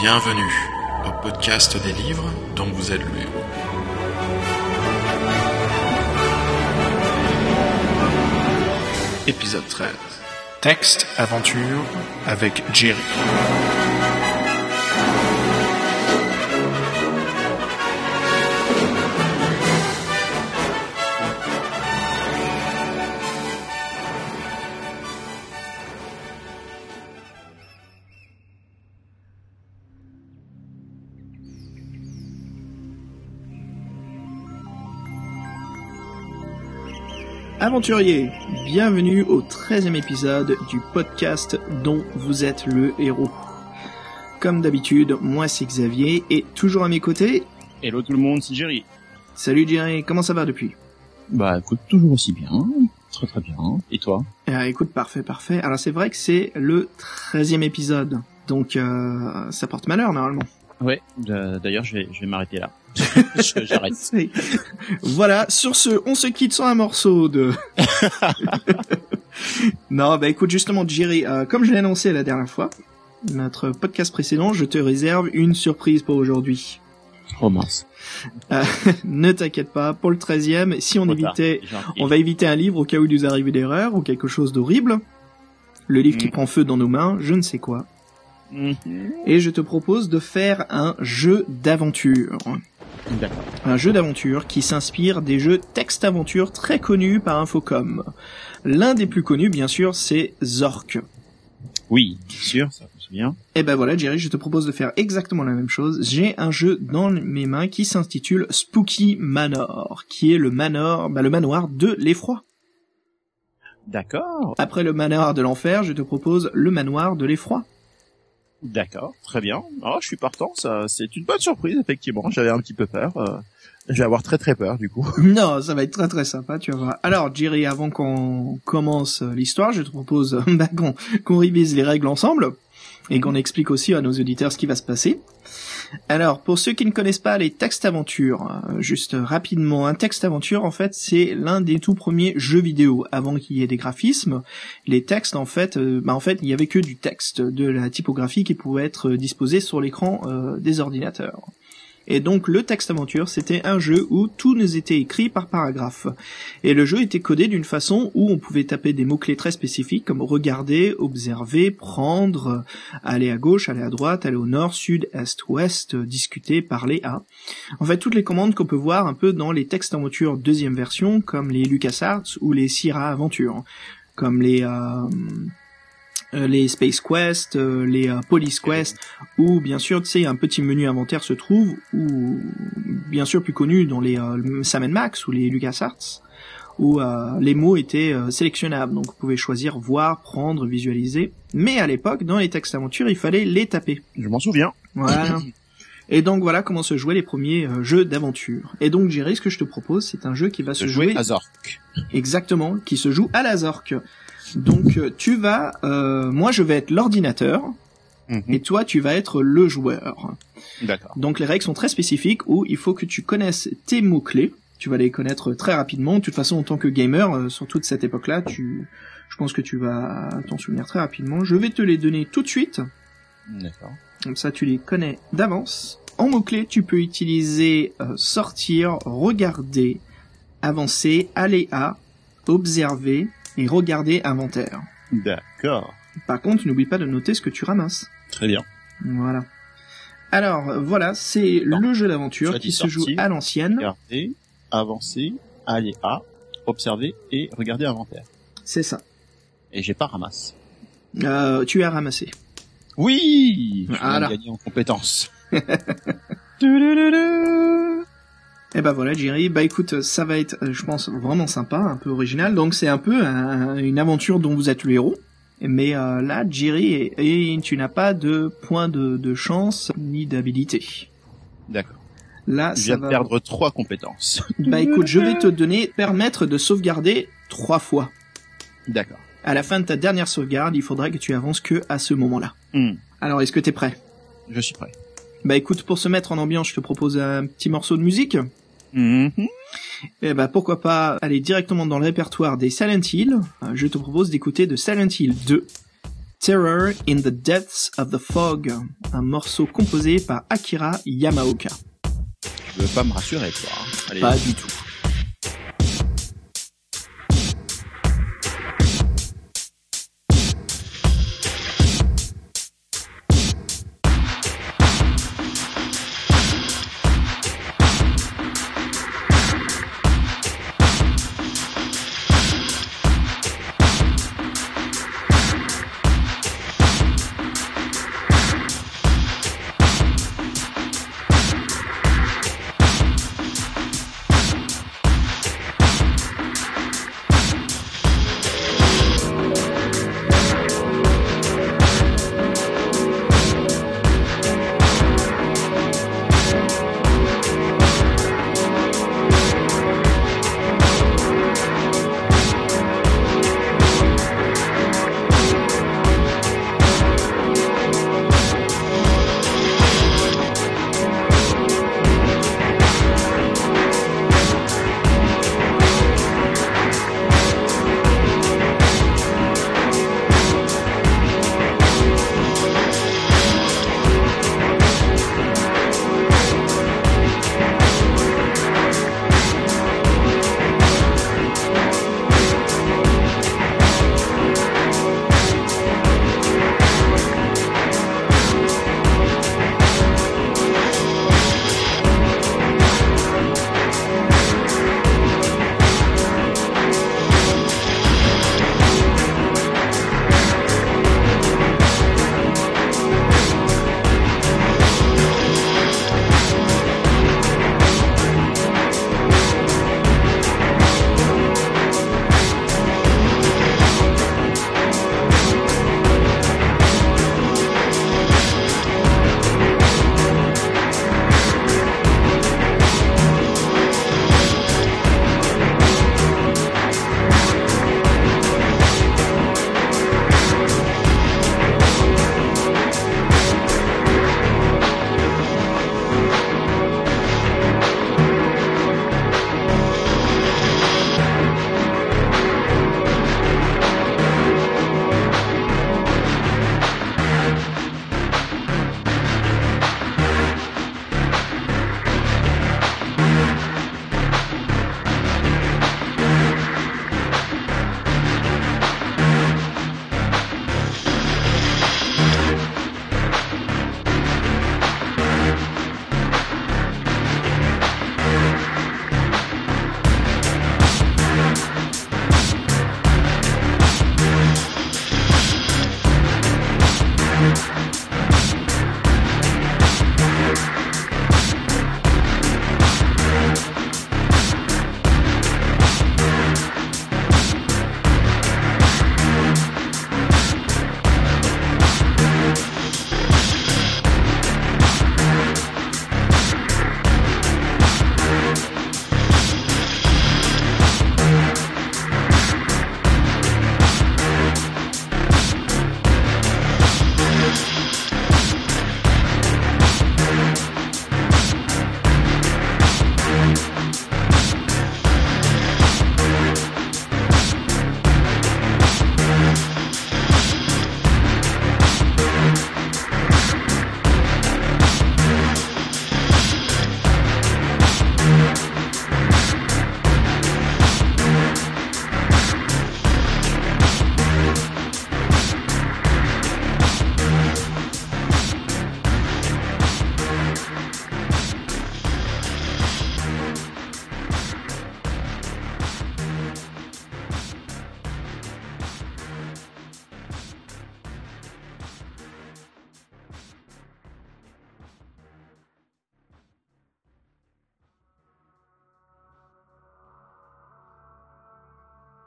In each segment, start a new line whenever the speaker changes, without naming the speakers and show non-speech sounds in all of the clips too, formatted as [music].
Bienvenue au podcast des livres dont vous êtes le héros. Épisode 13. Texte aventure avec Jerry.
Aventuriers, bienvenue au 13e épisode du podcast dont vous êtes le héros. Comme d'habitude, moi c'est Xavier et toujours à mes côtés,
Hello tout le monde, c'est Jerry.
salut Jerry, comment ça va depuis
Bah écoute, toujours aussi bien, très très bien. Et toi
Ah, Écoute, parfait, parfait. Alors c'est vrai que c'est le 13e épisode, donc euh, ça porte malheur normalement.
Ouais, euh, d'ailleurs je vais, je vais m'arrêter [laughs] là. Je- J'arrête.
C'est- voilà, sur ce, on se quitte sur un morceau
[laughs]
de... non, bah écoute, justement, Jerry, euh, comme je l'ai annoncé la dernière fois, notre podcast précédent, je te réserve une surprise pour aujourd'hui. [laughs]
Oh mince.
ne t'inquiète pas, pour le 13e, si on
Trop tard.
évitait,
J'ai un-
on va éviter un livre au cas où il nous arrive une erreur ou quelque chose d'horrible. Le livre qui
Mm.
prend feu dans nos mains, je ne sais quoi.
Mhm.
Et je te propose de faire un jeu d'aventure.
D'accord.
Un jeu d'aventure qui s'inspire des jeux texte-aventure très connus par Infocom. L'un des plus connus, bien sûr, c'est Zork.
Oui, sûr, ça fonctionne bien.
Et ben voilà, Jerry, je te propose de faire exactement la même chose. J'ai un jeu dans mes mains qui s'intitule Spooky Manor, qui est le manor, bah, le manoir de l'effroi.
D'accord,
Après le manoir de l'enfer, je te propose le manoir de l'effroi.
d'accord, très bien. Oh, je suis partant, ça, c'est une bonne surprise effectivement. J'avais un petit peu peur. euh, je vais avoir très très peur du coup. [laughs]
[laughs] Non, ça va être très très sympa, tu vas voir. Alors, Jerry, avant qu'on commence euh, l'histoire, je te propose [laughs] euh, bah, qu'on qu'on révise les règles ensemble et qu'on explique aussi à nos auditeurs ce qui va se passer. Alors, pour ceux qui ne connaissent pas les textes aventures, euh, juste rapidement, un texte aventure, en fait, c'est l'un des tout premiers jeux vidéo. Avant qu'il y ait des graphismes, les textes, en fait, euh, bah, en fait, il n'y avait que du texte, de la typographie qui pouvait être euh, disposée sur l'écran euh, des ordinateurs. Et donc le texte aventure, c'était un jeu où tout nous était écrit par paragraphe. Et le jeu était codé d'une façon où on pouvait taper des mots-clés très spécifiques comme regarder, observer, prendre, euh, aller à gauche, aller à droite, aller au nord, sud, est, ouest, euh, discuter, parler à. En fait, toutes les commandes qu'on peut voir un peu dans les textes aventure deuxième version, comme les LucasArts ou les Sierra Aventure, comme les... euh, euh, les Space Quest, euh, les euh, Police Quest, où bien sûr tu sais un petit menu inventaire se trouve ou bien sûr plus connu dans les euh, Sam Max ou les LucasArts où euh, les mots étaient euh, sélectionnables donc vous pouvez choisir voir, prendre, visualiser mais à l'époque dans les textes aventures il fallait les taper
Je m'en souviens.
voilà. Et donc voilà comment se jouaient les premiers euh, jeux d'aventure. Et donc Jerry, ce que je te propose, c'est un jeu qui va se jouer
à Zork.
Exactement, qui se joue à la Zork. Donc euh, tu vas, euh, moi je vais être l'ordinateur
Mhm.
et toi tu vas être le joueur.
D'accord.
Donc les règles sont très spécifiques où il faut que tu connaisses tes mots-clés. Tu vas les connaître très rapidement. De toute façon, en tant que gamer, euh, sur toute cette époque-là, tu, je pense que tu vas t'en souvenir très rapidement. Je vais te les donner tout de suite.
D'accord.
Comme ça, tu les connais d'avance. En mots-clés, tu peux utiliser euh, sortir, regarder, avancer, aller à, observer et regarder inventaire.
D'accord.
Par contre, n'oublie pas de noter ce que tu ramasses.
Très bien.
Voilà. Alors, euh, voilà, c'est
Non.
le jeu
Tu
d'aventure
as
qui
dit
se joue
sortir,
à l'ancienne.
Regardez, avancez, allez à, observez et regardez inventaire.
C'est ça.
Et j'ai pas ramasse.
Euh, tu as ramassé.
Oui Je
Voilà.
viens de gagner en [laughs] compétences.
Et bah voilà, Jerry. Bah écoute, ça va être, euh, je pense, vraiment sympa, un peu original. Donc c'est un peu un- une aventure dont vous êtes le héros. Mais euh, là, Jerry, est- et, tu n'as pas de points de, de chance ni d'habilité.
D'accord.
Là,
Je
ça
viens de
va.
perdre trois compétences. [laughs]
Bah écoute, je vais te donner permettre de sauvegarder trois fois.
D'accord.
À la fin de ta dernière sauvegarde, il faudra que tu avances que à ce moment-là.
Hmm.
Alors, est-ce que t'es prêt
Je suis prêt.
Bah écoute, pour se mettre en ambiance, je te propose un petit morceau de musique.
Mhm.
Eh ben pourquoi pas aller directement dans le répertoire des Silent Hill. Euh, Je te propose d'écouter de Silent Hill 2. Terror in the Depths of the Fog, un morceau composé par Akira Yamaoka.
Tu veux pas me rassurer, toi. hein. Allez.
Pas du tout.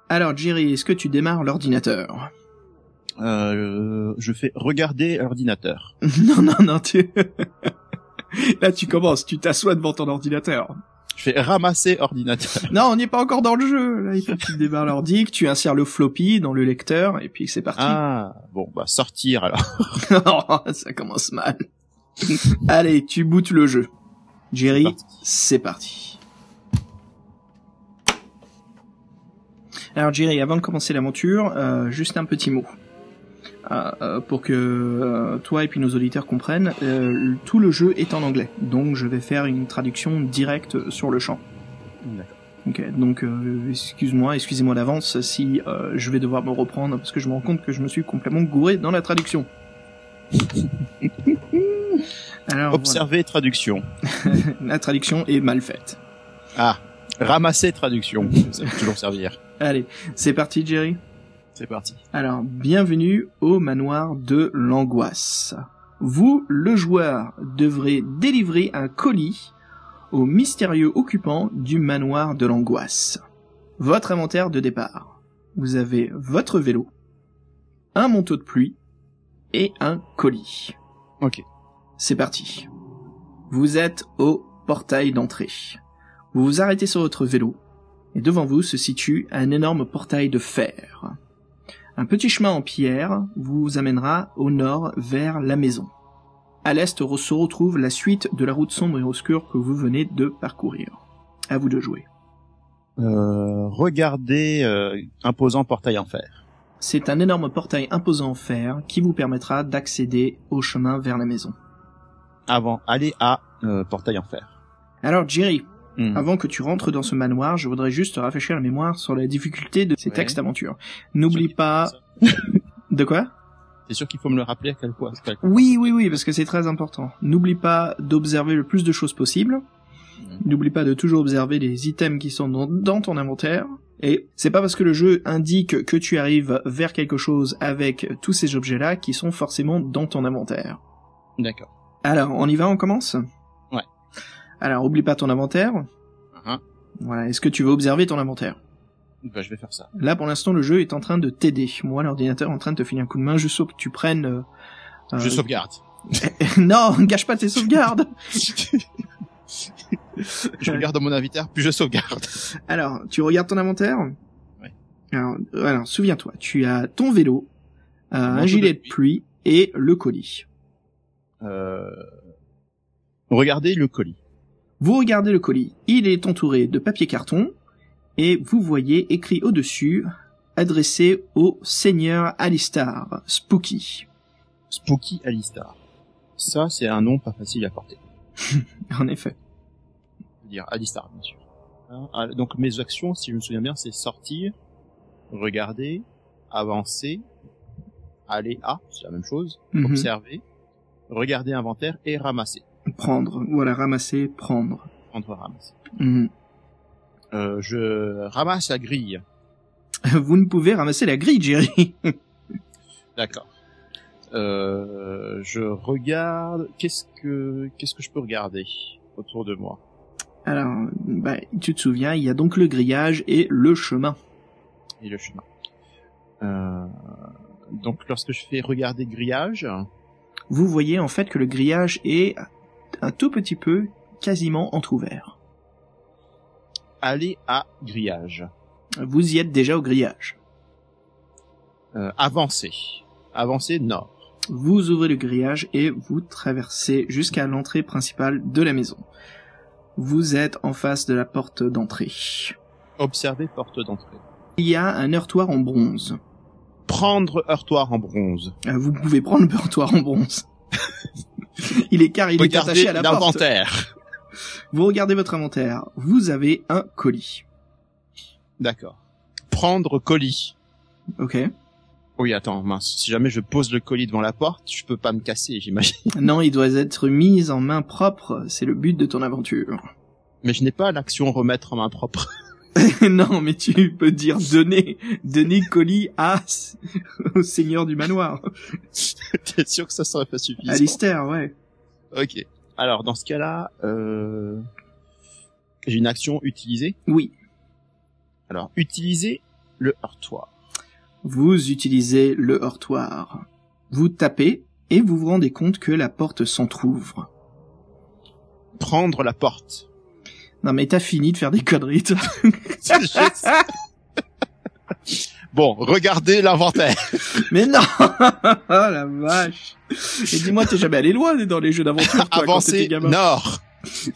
Alors Jerry, est-ce que tu démarres l'ordinateur [laughs]
Euh, je fais regarder l'ordinateur.
Non, non, non, tu... [laughs] Là tu commences, tu t'assois devant ton ordinateur.
Je fais ramasser ordinateur.
Non, on n'est pas encore dans le jeu. Là, il faut que tu démarres l'ordi, que tu insères le floppy dans le lecteur, et puis c'est parti.
Ah, bon, bah, sortir, alors.
[laughs] Oh, ça commence mal. [laughs] Allez, tu bootes le jeu. Jerry,
Parti.
c'est parti. Alors Jerry, avant de commencer l'aventure, euh, juste un petit mot. euh, euh, pour que euh, toi et puis nos auditeurs comprennent, euh, le- tout le jeu est en anglais. Donc je vais faire une traduction directe sur le champ.
D'accord.
Ok, donc euh, excuse-moi, excusez-moi d'avance si euh, je vais devoir me reprendre parce que je me rends compte que je me suis complètement gouré dans la traduction. [laughs] Alors voilà,
Observer traduction.
la traduction est mal faite.
Ah, ramasser [laughs] traduction. Ça peut toujours servir.
Allez, c'est parti Jerry.
C'est parti.
Alors, bienvenue au manoir de l'angoisse. Vous, le joueur, devrez délivrer un colis au mystérieux occupant du manoir de l'angoisse. Votre inventaire de départ. Vous avez votre vélo, un manteau de pluie et un colis.
Ok.
C'est parti. Vous êtes au portail d'entrée. Vous vous arrêtez sur votre vélo et devant vous se situe un énorme portail de fer. Un petit chemin en pierre vous amènera au nord vers la maison. À l'est se retrouve la suite de la route sombre et obscure que vous venez de parcourir. À vous de jouer.
Euh, regarder euh, imposant portail en fer.
C'est un énorme portail imposant en fer qui vous permettra d'accéder au chemin vers la maison.
Avant, aller à euh, portail en fer.
Alors Jerry,
Hmm.
Avant que tu rentres dans ce manoir, je voudrais juste te rafraîchir la mémoire sur la difficulté de ces
Ouais.
textes aventures. N'oublie pas... [laughs] De quoi
C'est sûr qu'il faut me le rappeler à quel point. à quel-
Oui, oui, oui, parce que c'est très important. N'oublie pas d'observer le plus de choses possible. N'oublie pas de toujours observer les items qui sont dans, dans ton inventaire. Et c'est pas parce que le jeu indique que tu arrives vers quelque chose avec tous ces objets-là qui sont forcément dans ton inventaire.
D'accord.
Alors, on y va, on commence
Ouais.
Alors, oublie pas ton inventaire.
Ah,
Voilà, est-ce que tu veux observer ton inventaire
bah, je vais faire ça.
Là, pour l'instant, le jeu est en train de t'aider. Moi, l'ordinateur est en train de te filer un coup de main juste pour que tu prennes. euh, euh, [laughs]
Je sauvegarde.
non, [laughs] gâche pas tes sauvegardes.
je regarde dans mon inventaire, puis je sauvegarde.
Alors, tu regardes ton inventaire.
Ouais.
Alors, euh, alors, souviens-toi, tu as ton vélo, euh,
manteau
un
de
gilet de
pluie.
pluie et le colis.
Euh... Regardez le colis.
Vous regardez le colis. Il est entouré de papier carton et vous voyez écrit au-dessus adressé au seigneur Alistar Spooky.
Spooky Alistar. Ça, c'est un nom pas facile à porter.
En effet.
Je veux dire Alistar, bien sûr. Hein, ah, Donc mes actions, si je me souviens bien, c'est sortir, regarder, avancer, aller à, c'est la même chose,
Mhm.
observer, regarder inventaire et ramasser.
Prendre. Voilà, ramasser, prendre.
Prendre ramasser.
Mhm. [laughs]
Euh, je ramasse la grille.
Vous ne pouvez ramasser la grille, Jerry. [laughs]
D'accord. Euh, je regarde. Qu'est-ce que qu'est-ce que je peux regarder autour de moi
Alors, bah, tu te souviens, il y a donc le grillage et le chemin.
et le chemin. Euh, donc lorsque je fais regarder grillage,
Vous voyez en fait que le grillage est un tout petit peu quasiment entrouvert.
aller à grillage,
Vous y êtes déjà au grillage.
euh, avancer, avancer nord.
Vous ouvrez le grillage et vous traversez jusqu'à l'entrée principale de la maison. Vous êtes en face de la porte d'entrée.
Observer porte d'entrée.
Il y a un heurtoir en bronze.
Prendre heurtoir en bronze.
Euh, Vous pouvez prendre le heurtoir en bronze. [laughs] il est car il est
Regarder
attaché à la porte.
l'inventaire.
Vous regardez votre inventaire, vous avez un colis.
D'accord. Prendre colis.
Ok.
Oui, attends, mince. Si jamais je pose le colis devant la porte, je peux pas me casser, j'imagine.
Non, il doit être mis en main propre, c'est le but de ton aventure.
Mais je n'ai pas l'action remettre en main propre.
[laughs] non, mais tu peux dire donner, donner colis à, au seigneur du manoir.
T'es sûr que ça serait pas suffisant
Alistair, ouais.
Ok. Alors, dans ce cas-là, euh... j'ai une action utilisée.
Oui.
Alors, utiliser le heurtoir.
Vous utilisez le heurtoir. Vous tapez, et vous vous rendez compte que la porte s'entr'ouvre.
Prendre la porte. [laughs]
Non, mais t'as fini de faire des conneries, toi. [laughs]
bon, regardez l'inventaire.
Mais non! [laughs] Oh la vache! Et dis-moi, t'es jamais allé loin dans les jeux d'aventure, toi, quand t'étais
Avancer
gamin.
nord.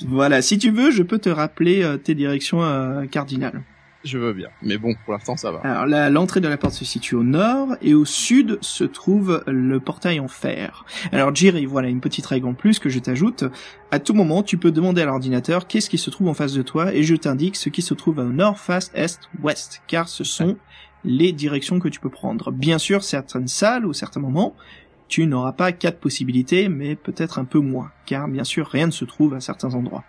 Voilà, si tu veux, je peux te rappeler euh, tes directions euh, cardinales.
Je veux bien. Mais bon, pour l'instant, ça va.
Alors là, l'entrée de la porte se situe au nord et au sud se trouve le portail en fer. Alors Jerry, voilà une petite règle en plus que je t'ajoute. À tout moment, tu peux demander à l'ordinateur qu'est-ce qui se trouve en face de toi et je t'indique ce qui se trouve au nord, face, est, ouest, car ce sont les directions que tu peux prendre. Bien sûr, certaines salles ou certains moments, tu n'auras pas quatre possibilités, mais peut-être un peu moins, car bien sûr, rien ne se trouve à certains endroits.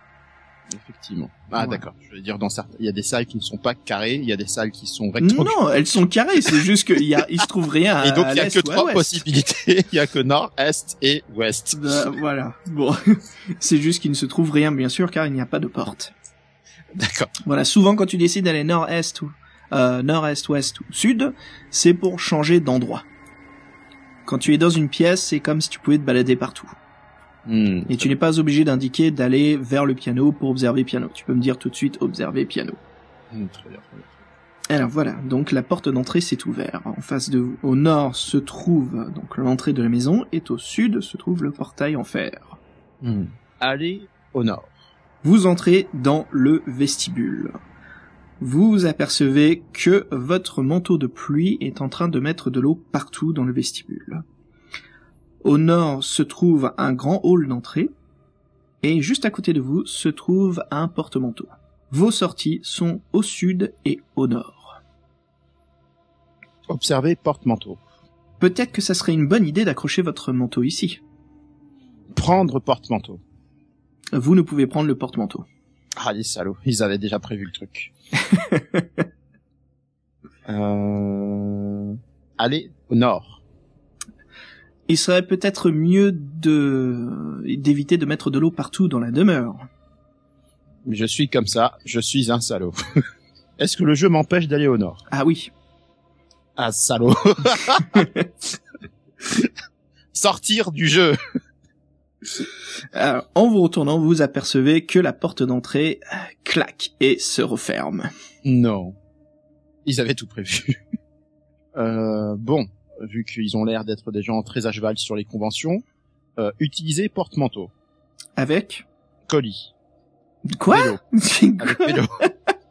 Effectivement. Ah,
Ouais.
d'accord. Je veux dire, dans certains, il y a des salles qui ne sont pas carrées, il y a des salles qui sont rectangulaires.
Non, elles sont carrées, c'est juste qu'il y a, il se trouve rien à
Et donc, il y a
l'est
que
ou à
trois
l'ouest.
possibilités. [laughs] Il y a que nord, est et ouest.
Bah, voilà. Bon, [laughs] c'est juste qu'il ne se trouve rien, bien sûr, car il n'y a pas de porte.
D'accord.
Voilà. Souvent, quand tu décides d'aller nord-est ou euh, nord-est, ouest ou sud, c'est pour changer d'endroit. Quand tu es dans une pièce, c'est comme si tu pouvais te balader partout.
Hmm.
Et tu n'es pas obligé d'indiquer d'aller vers le piano pour observer piano. Tu peux me dire tout de suite observer piano.
Hmm, très bien, très bien.
Alors voilà, donc la porte d'entrée s'est ouverte. En face de vous, au nord se trouve donc l'entrée de la maison et au sud se trouve le portail en fer.
Hmm. Allez au nord.
Vous entrez dans le vestibule. Vous apercevez que votre manteau de pluie est en train de mettre de l'eau partout dans le vestibule. Au nord se trouve un grand hall d'entrée et juste à côté de vous se trouve un porte-manteau. Vos sorties sont au sud et au nord.
Observez porte-manteau.
Peut-être que ça serait une bonne idée d'accrocher votre manteau ici.
Prendre porte-manteau.
Vous ne pouvez prendre le porte-manteau.
Ah, les salauds. Ils avaient déjà prévu le truc. euh... Allez au nord.
Il serait peut-être mieux de d'éviter de mettre de l'eau partout dans la demeure.
Je suis comme ça. Je suis un salaud. [laughs] Est-ce que le jeu m'empêche d'aller au nord
Ah oui,
Ah, salaud. [laughs] Sortir du jeu.
Alors, Euh, en vous retournant, vous apercevez que la porte d'entrée euh, claque et se referme.
Non. Ils avaient tout prévu. [laughs] Euh, bon, vu qu'ils ont l'air d'être des gens très à cheval sur les conventions, euh, utilisez porte-manteau,
Avec
colis,
quoi
vélo,
[laughs]
avec vélo.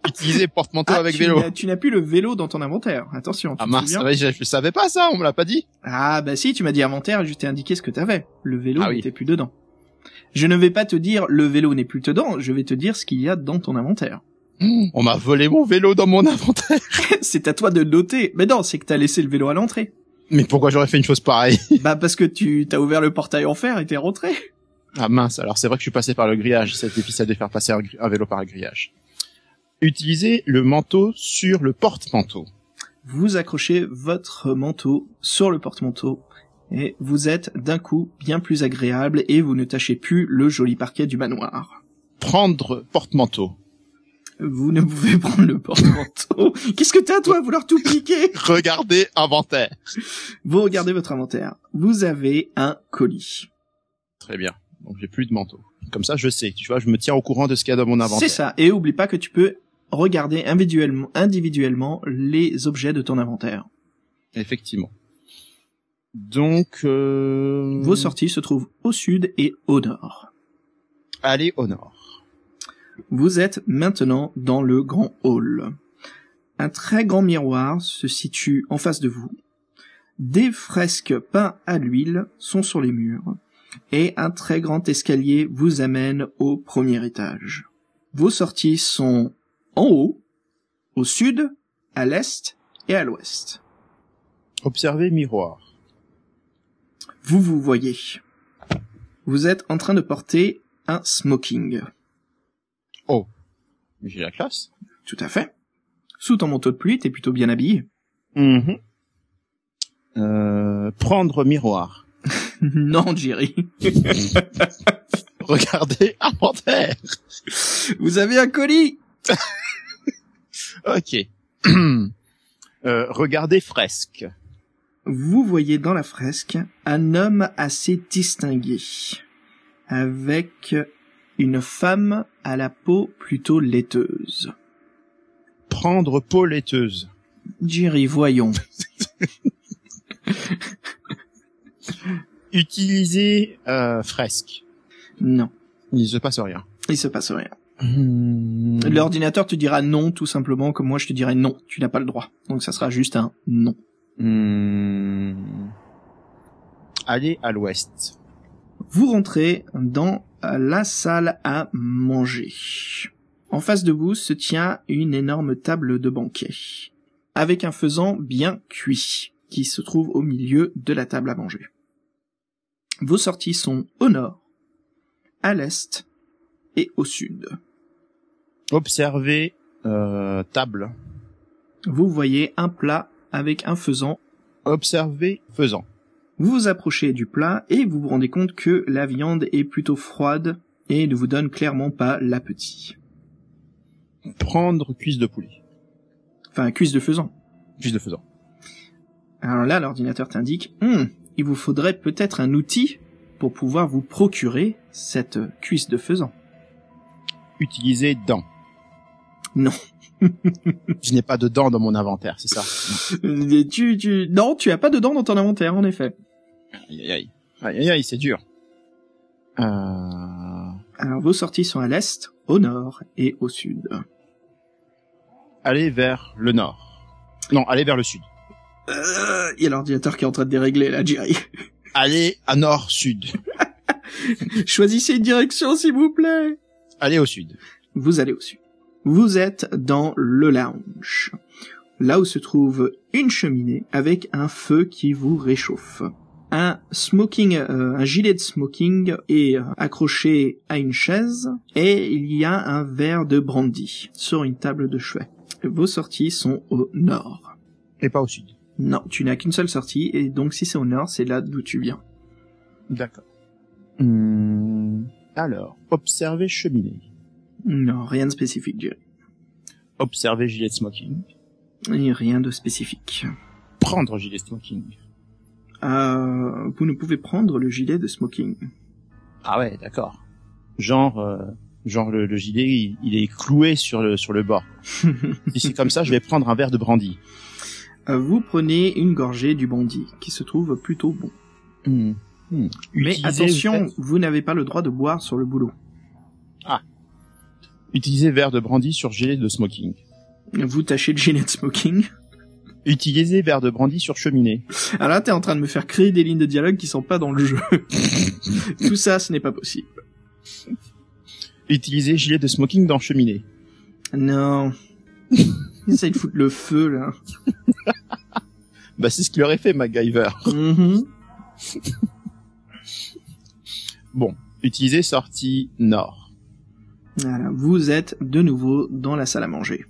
utilisez porte-manteau
Ah,
avec
tu
vélo.
n'as- Tu n'as plus le vélo dans ton inventaire. Attention. tu
Ah
te
mince,
souviens
ouais, je, je savais pas ça, on me l'a pas dit.
Ah bah si, tu m'as dit inventaire et je t'ai indiqué ce que t'avais. Le vélo
Ah oui.
n'était plus dedans. Je ne vais pas te dire le vélo n'est plus dedans. Je vais te dire ce qu'il y a dans ton inventaire. [laughs]
On m'a volé mon vélo dans mon [laughs] inventaire.
c'est à toi de noter. Mais non, c'est que t'as laissé le vélo à
[laughs]
l'entrée.
Mais pourquoi j'aurais fait une chose pareille [laughs]
bah parce que tu t'as ouvert le portail en fer et t'es rentré.
Ah mince, alors c'est vrai que je suis passé par le grillage, c'est difficile de faire passer un, gri- un vélo par le grillage. Utilisez le manteau sur le porte-manteau.
vous accrochez votre manteau sur le porte-manteau et vous êtes d'un coup bien plus agréable et vous ne tâchez plus le joli parquet du manoir.
Prendre porte-manteau.
Vous ne pouvez [laughs] prendre le porte-manteau. Qu'est-ce que t'as toi à vouloir tout piquer
Regardez inventaire.
Vous regardez votre inventaire. Vous avez un colis.
Très bien. Donc j'ai plus de manteau. Comme ça, je sais. Tu vois, je me tiens au courant de ce qu'il y a dans mon inventaire.
C'est ça. Et oublie pas que tu peux regarder individuellement, individuellement les objets de ton inventaire.
Effectivement. Donc, euh...
Vos sorties se trouvent au sud et au nord.
Allez au nord.
Vous êtes maintenant dans le grand hall. Un très grand miroir se situe en face de vous. Des fresques peintes à l'huile sont sur les murs et un très grand escalier vous amène au premier étage. Vos sorties sont en haut, au sud, à l'est et à l'ouest.
Observez miroir.
Vous vous voyez. Vous êtes en train de porter un smoking.
Mais J'ai la classe.
Tout à fait. Sous ton manteau de pluie, t'es plutôt bien habillé. [laughs]
Euh, prendre miroir. [laughs]
non, Jerry.
[laughs] Regardez inventaire.
Vous avez un colis
Ok. [clears throat] euh, regardez fresque.
Vous voyez dans la fresque un homme assez distingué, avec une femme à la peau plutôt laiteuse.
Prendre peau laiteuse.
Jerry, voyons.
Utilisez euh, fresque.
Non,
euh, Il se passe rien.
il se passe rien.
Hmm.
L'ordinateur te dira non, tout simplement, comme moi je te dirai non, tu n'as pas le droit. Donc ça sera juste un non.
Hmm. Aller à l'ouest.
Vous rentrez dans euh, la salle à manger. En face de vous se tient une énorme table de banquet, avec un faisan bien cuit, qui se trouve au milieu de la table à manger. Vos sorties sont au nord, à l'est et au sud.
Observer euh, table.
Vous voyez un plat avec un faisan
Observer faisant.
Vous vous approchez du plat et vous vous rendez compte que la viande est plutôt froide et ne vous donne clairement pas l'appétit.
Prendre cuisse de poulet.
Enfin, cuisse de faisan.
Cuisse de faisant.
Alors là, l'ordinateur t'indique, Hmm, il vous faudrait peut-être un outil pour pouvoir vous procurer cette euh, cuisse de [laughs] faisan.
Utiliser dents.
Non.
[laughs] Je n'ai pas de dents dans mon inventaire, c'est ça.
Euh, tu, tu, non, tu as pas de dents dans ton inventaire, en effet.
Aïe aïe aïe. Aïe aïe aïe, c'est dur. Euh...
Alors vos sorties sont à l'est, au nord et au sud.
Aller vers le nord. Non, aller vers le sud.
Euh, Il y a l'ordinateur qui est en train de dérégler là, Jerry. [laughs]
Aller à nord-sud.
Choisissez une direction, s'il vous plaît.
Aller au sud.
vous allez au sud. Vous êtes dans le lounge, là où se trouve une cheminée avec un feu qui vous réchauffe. Un smoking, euh, un gilet de smoking est euh, accroché à une chaise et il y a un verre de brandy sur une table de chevet. Vos sorties sont au nord.
Et pas au sud.
Non, tu n'as qu'une seule sortie et donc si c'est au nord, c'est là d'où tu viens.
D'accord. Hmm. Alors, observer cheminée.
Non, rien de spécifique, Jerry.
Observer gilet de smoking.
Et Rien de spécifique.
Prendre gilet de smoking.
Euh, vous ne pouvez prendre le gilet de smoking.
Ah ouais, d'accord. Genre, euh, genre le, le gilet, il, il est cloué sur le sur le bord. si c'est comme ça, je vais prendre un verre de brandy.
Euh, Vous prenez une gorgée du bandit, qui se trouve plutôt bon.
Hmm. Hmm.
Mais
Utiliser-
attention, vous n'avez pas le droit de boire sur le boulot.
Utiliser verre de brandy sur gilet de smoking.
Vous tâchez le gilet de smoking.
Utiliser verre de brandy sur cheminée.
Alors Ah là, t'es en train de me faire créer des lignes de dialogue qui sont pas dans le jeu. Tout ça, ce n'est pas possible.
Utiliser gilet de smoking dans cheminée.
Non. Essaye de foutre le feu, là.
Bah c'est ce qu'il aurait fait MacGyver.
Mhm.
Utiliser sortie nord.
Voilà, vous êtes de nouveau dans la salle à manger.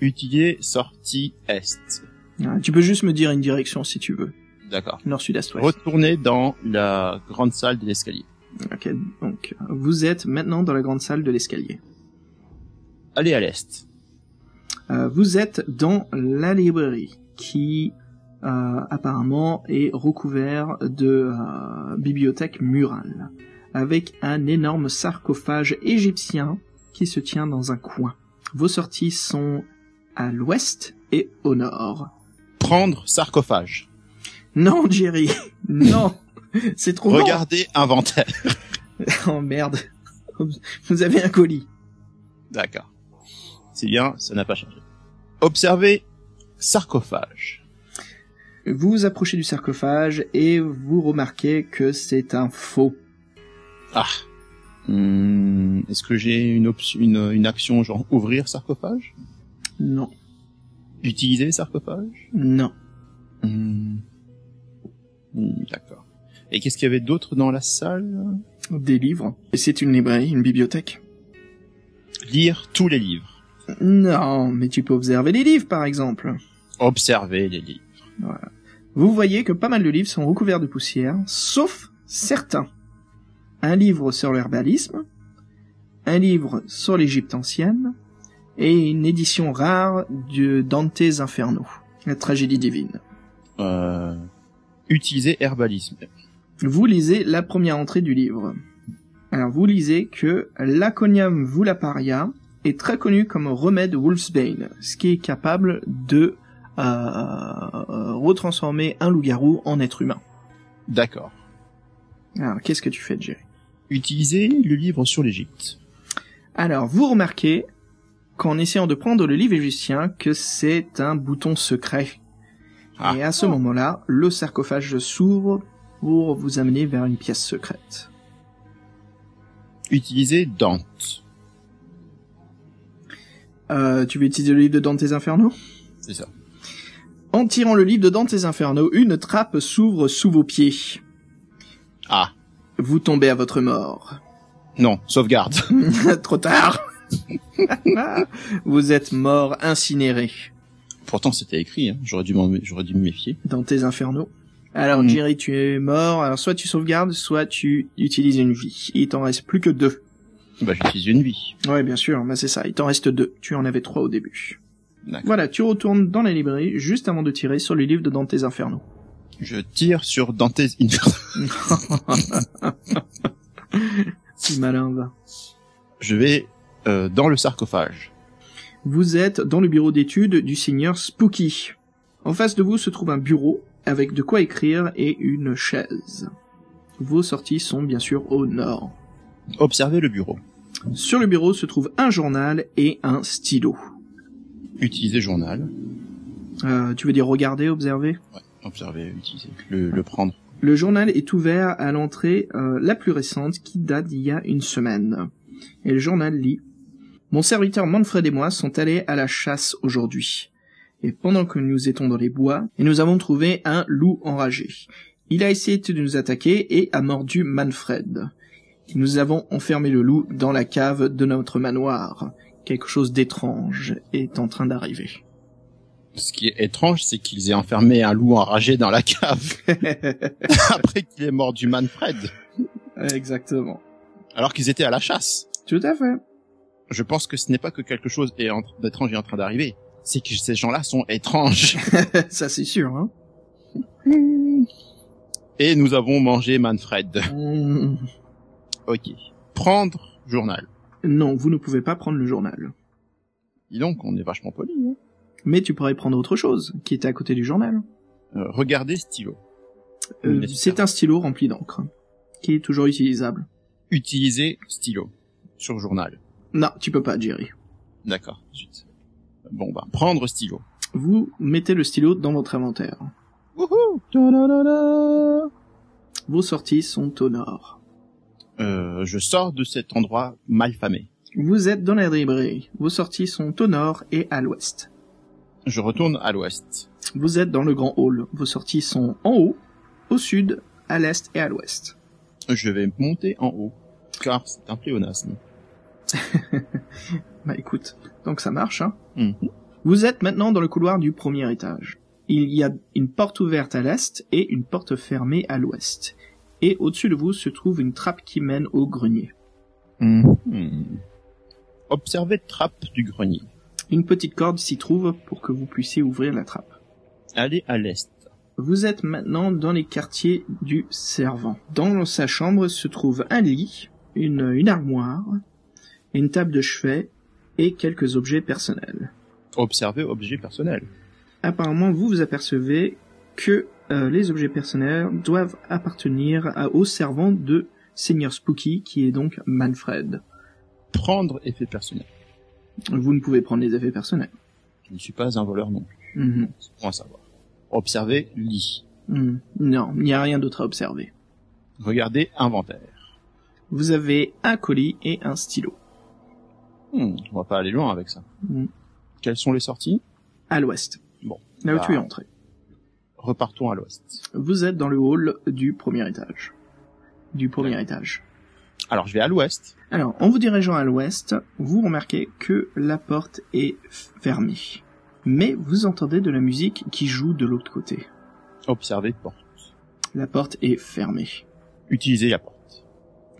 Utiliser sortie est.
Voilà, Ah, Tu peux juste me dire une direction si tu veux.
D'accord.
Nord, sud, est, ouest.
Retourner dans la grande salle de l'escalier.
Ok, donc euh, vous êtes maintenant dans la grande salle de l'escalier.
Aller à l'est.
Euh, vous êtes dans la librairie qui euh, apparemment est recouvert de euh, bibliothèque murale avec un énorme sarcophage égyptien qui se tient dans un coin. Vos sorties sont à l'ouest et au nord.
Prendre sarcophage.
Non, Jerry, non, c'est trop grand.
Regarder inventaire.
Oh merde, vous avez un colis.
D'accord. C'est bien, ça n'a pas changé. Observer sarcophage.
Vous vous approchez du sarcophage et vous remarquez que c'est un faux.
Ah. Hmm, Est-ce que j'ai une, option- une, une action genre ouvrir sarcophage
Non,
Utiliser sarcophage
non.
Hmm. Hmm, D'accord. Et qu'est-ce qu'il y avait d'autre dans la salle
des livres. Et c'est une librairie, une bibliothèque.
Lire tous les livres.
Non, mais tu peux observer les livres, par exemple.
Observer les livres.
Vous voyez que pas mal de livres sont recouverts de poussière, sauf certains. Un livre sur l'herbalisme, un livre sur l'Égypte ancienne, et une édition rare de Dante's Inferno, la tragédie divine.
Euh, utiliser herbalisme.
Vous lisez la première entrée du livre. Alors vous lisez que l'aconium vulaparia est très connu comme remède wolfsbane, ce qui est capable de euh, retransformer un loup-garou en être humain.
D'accord.
Alors qu'est-ce que tu fais, Jerry
Utiliser le livre sur l'Égypte.
Alors, vous remarquez qu'en essayant de prendre le livre égyptien, que c'est un bouton secret.
Ah.
Et à ce moment-là, le sarcophage s'ouvre pour vous amener vers une pièce secrète.
Utiliser Dante.
Euh, tu veux utiliser le livre de Dante's Inferno
C'est ça.
En tirant le livre de Dante's Inferno, une trappe s'ouvre sous vos pieds.
Ah.
Vous tombez à votre mort. [laughs]
Non, sauvegarde.
Trop tard. [laughs] vous êtes mort incinéré.
Pourtant, c'était écrit, hein. J'aurais dû m'en, j'aurais dû me méfier.
dans tes infernaux. Alors
Mm.
Jerry, tu es mort. Alors soit tu sauvegardes, soit tu utilises une vie. Il t'en reste plus que deux.
Bah, j'utilise une vie.
Ouais, bien sûr, bah c'est ça. Il t'en reste deux. Tu en avais trois au début.
D'accord.
Voilà, tu retournes dans la librairie juste avant de tirer sur le livre de Dante's Inferno.
Je tire sur Dante's Inferno. [laughs]
Si malin va.
Je vais, euh, dans le sarcophage.
Vous êtes dans le bureau d'études du seigneur Spooky. En face de vous se trouve un bureau avec de quoi écrire et une chaise. Vos sorties sont bien sûr au nord.
Observer le bureau.
Sur le bureau se trouve un journal et un stylo.
Utiliser journal.
Euh, tu veux dire regarder, observer
Observer, utiliser. Le, le prendre.
Le journal est ouvert à l'entrée euh, la plus récente qui date d'il y a une semaine. Et le journal lit Mon serviteur Manfred et moi sont allés à la chasse aujourd'hui. Et pendant que nous étions dans les bois, et nous avons trouvé un loup enragé. Il a essayé de nous attaquer et a mordu Manfred. Nous avons enfermé le loup dans la cave de notre manoir. Quelque chose d'étrange est en train d'arriver. [laughs]
Ce qui est étrange, c'est qu'ils aient enfermé un loup enragé dans la cave [laughs] après qu'il est mort du Manfred,
Exactement.
alors qu'ils étaient à la chasse.
Tout à fait. [laughs]
Je pense que ce n'est pas que quelque chose est en- d'étrange est en train d'arriver, c'est que ces gens-là sont étranges. [laughs]
Ça c'est sûr, hein.
Et nous avons mangé Manfred.
Mm.
Ok. Prendre journal.
Non, vous ne pouvez pas prendre le journal.
Dis donc, on est vachement poli. hein.
Mais tu pourrais prendre autre chose, qui était à côté du journal.
Euh, regarder stylo.
Euh,
Mais c'est
c'est un stylo rempli d'encre, qui est toujours utilisable.
Utiliser stylo sur journal.
Non, tu peux pas, Jerry.
D'accord. Zut. Bon bah, prendre stylo.
Vous mettez le stylo dans votre inventaire.
Wouhou Ta-da-da-da
Vos sorties sont au nord.
Euh, je sors de cet endroit malfamé.
Vous êtes dans la librairie. Vos sorties sont au nord et à l'ouest.
Je retourne à l'ouest.
Vous êtes dans le grand hall. Vos sorties sont en haut, au sud, à l'est et à l'ouest.
Je vais monter en haut, car c'est un pléonasme.
Bah écoute, donc ça marche, hein.
Mhm.
Vous êtes maintenant dans le couloir du premier étage. Il y a une porte ouverte à l'est et une porte fermée à l'ouest. Et au-dessus de vous se trouve une trappe qui mène au grenier.
Mhm. Observer trappe du grenier.
Une petite corde s'y trouve pour que vous puissiez ouvrir la trappe.
Aller à l'est.
Vous êtes maintenant dans les quartiers du servant. Dans sa chambre se trouve un lit, une, une armoire, une table de chevet et quelques objets personnels.
Observer objet personnel.
apparemment vous vous apercevez que euh, les objets personnels doivent appartenir à- aux servants de Seigneur Spooky, qui est donc Manfred.
Prendre effet personnel.
Vous ne pouvez prendre les effets personnels.
Je ne suis pas un voleur non plus.
Mhm.
C'est bon à savoir. Observer lit.
Mhm. Non, il n'y a rien d'autre à observer.
Regarder inventaire.
Vous avez un colis et un stylo.
Hmm, on va pas aller loin avec ça.
Mhm.
Quelles sont les sorties
À l'ouest.
Bon.
Là où
Bah.
tu es entré.
Repartons à l'ouest.
Vous êtes dans le hall du premier étage. Du premier étage.
Alors je vais à l'ouest.
Alors, en vous dirigeant à l'ouest, vous remarquez que la porte est fermée. Mais vous entendez de la musique qui joue de l'autre côté.
Observer porte.
La porte est fermée.
Utiliser la porte.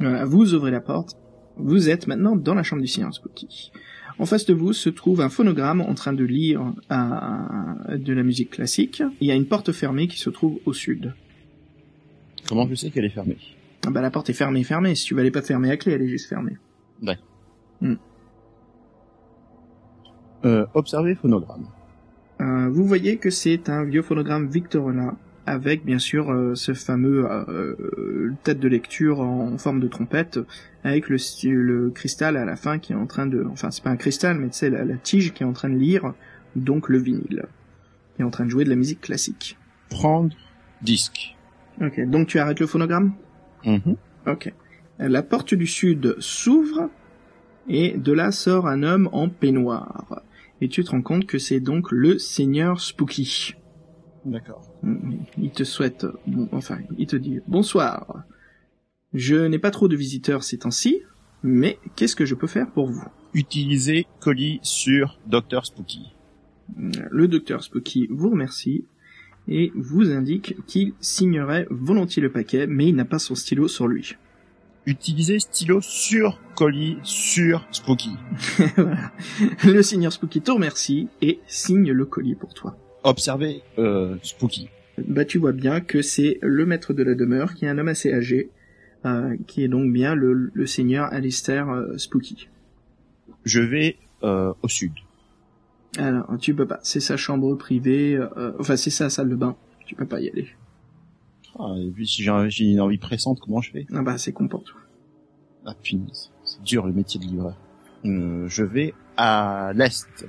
Voilà, vous ouvrez la porte. Vous êtes maintenant dans la chambre du silence, Cookie. En face de vous se trouve un phonogramme en train de lire euh, de la musique classique. Il y a une porte fermée qui se trouve au sud.
Comment je sais qu'elle est fermée
Ah bah, la porte est fermée, fermée. Si tu veux, elle est pas fermée à clé, elle est juste fermée.
euh, Observer phonogramme.
Euh, vous voyez que c'est un vieux phonogramme Victorona avec bien sûr euh, ce fameux euh, tête de lecture en forme de trompette, avec le, sti- le cristal à la fin qui est en train de, enfin c'est pas un cristal, mais c'est la, la tige qui est en train de lire, donc le vinyle, qui est en train de jouer de la musique classique.
Prendre disque. Mhm.
Ok, donc tu arrêtes le phonogramme Ok. La porte du sud s'ouvre et de là sort un homme en peignoir. Et tu te rends compte que c'est donc le seigneur Spooky.
D'accord.
Il te souhaite, euh, bon, enfin, il te dit bonsoir. Je n'ai pas trop de visiteurs ces temps-ci, mais qu'est-ce que je peux faire pour vous
Utiliser colis sur Dr Spooky.
Le docteur Spooky vous remercie et vous indique qu'il signerait volontiers le paquet, mais il n'a pas son stylo sur lui. [laughs]
Utiliser stylo sur colis sur Spooky.
Voilà. Le seigneur Spooky te remercie et signe le colis pour toi.
Observer euh, Spooky.
Bah tu vois bien que c'est le maître de la demeure, qui est un homme assez âgé, euh, qui est donc bien le, le seigneur Alistair euh, Spooky.
Je vais euh, au sud.
Alors tu peux pas, c'est sa chambre privée, euh, enfin c'est sa salle de bain, tu peux pas y aller.
Ah, et puis si j'ai un- j'ai une envie pressante, comment je fais
Ah bah c'est con pour toi.
Ah punaise, c'est dur le métier de livreur. Euh, je vais à l'est.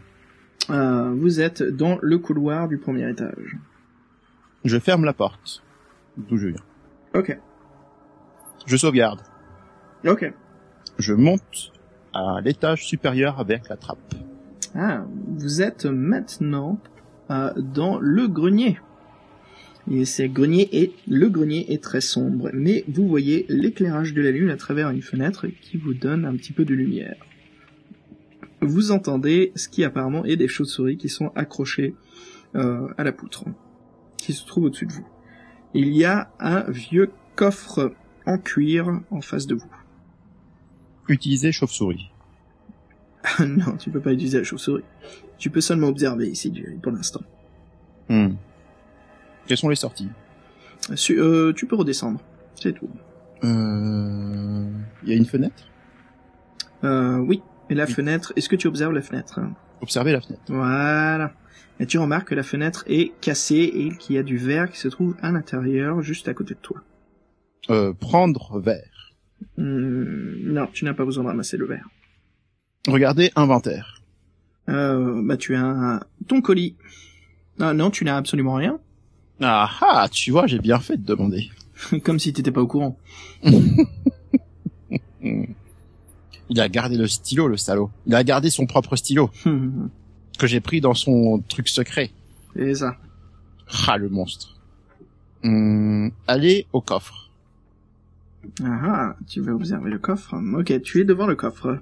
Euh, vous êtes dans le couloir du premier étage.
Je ferme la porte. D'où je viens.
Ok,
Je sauvegarde.
ok.
Je monte à l'étage supérieur avec la trappe.
Ah, vous êtes maintenant euh, dans le grenier. Et c'est grenier et le grenier est très sombre, mais vous voyez l'éclairage de la lune à travers une fenêtre qui vous donne un petit peu de lumière. Vous entendez ce qui apparemment est des chauves-souris qui sont accrochées euh, à la poutre, qui se trouve au-dessus de vous. Il y a un vieux coffre en cuir en face de vous. [laughs]
Utiliser chauve-souris.
non, tu peux pas utiliser la chauve-souris. Tu peux seulement observer ici du- pour l'instant.
Hmm. Quelles sont les sorties
Su- euh, tu peux redescendre, c'est tout.
Euh... Il y a une fenêtre
Euh, oui, et la
Oui.
fenêtre, est-ce que tu observes la fenêtre
Observez la fenêtre.
Voilà. Et tu remarques que la fenêtre est cassée et qu'il y a du verre qui se trouve à l'intérieur, juste à côté de toi.
Euh, prendre verre.
Hum, non, tu n'as pas besoin de ramasser le verre.
Regardez inventaire.
Euh, bah tu as un- ton colis. Ah non, tu n'as absolument rien. [laughs]
Ah ah, tu vois, j'ai bien fait de demander.
Comme si t'étais pas au courant. [laughs]
Il a gardé le stylo, le salaud. Il a gardé son propre stylo,
Hum,
que j'ai pris dans son truc secret.
C'est ça.
Ah, le monstre. Hmm, allez au coffre.
Ah, ah, tu veux observer le coffre. Ok, tu es devant le coffre.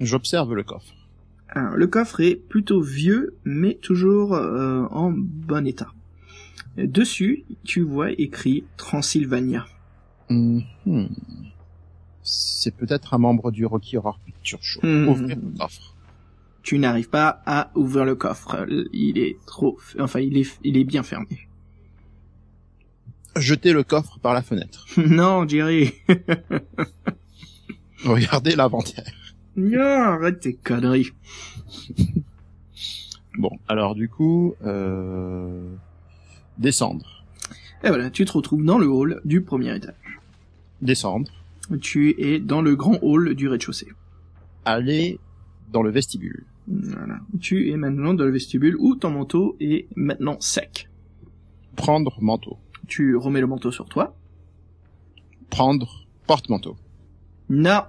J'observe le coffre.
Alors, le coffre est plutôt vieux, mais toujours euh, en bon état. Dessus, tu vois écrit Transylvania.
Hmm, hmm. C'est peut-être un membre du Rocky Horror Picture Show.
Hmm.
Ouvrez le coffre.
Tu n'arrives pas à ouvrir le coffre. Il est trop, enfin, il est, il est bien fermé. [laughs]
Jetez le coffre par la fenêtre. [laughs]
non, Jerry.
Regardez l'inventaire.
non, arrête tes conneries.
Bon, alors du coup, euh... descendre.
Et voilà, tu te retrouves dans le hall du premier étage.
Descendre.
Tu es dans le grand hall du rez-de-chaussée.
Allez dans le vestibule.
Voilà. Tu es maintenant dans le vestibule où ton manteau est maintenant sec.
Prendre manteau.
Tu remets le manteau sur toi.
Prendre porte-manteau.
Non,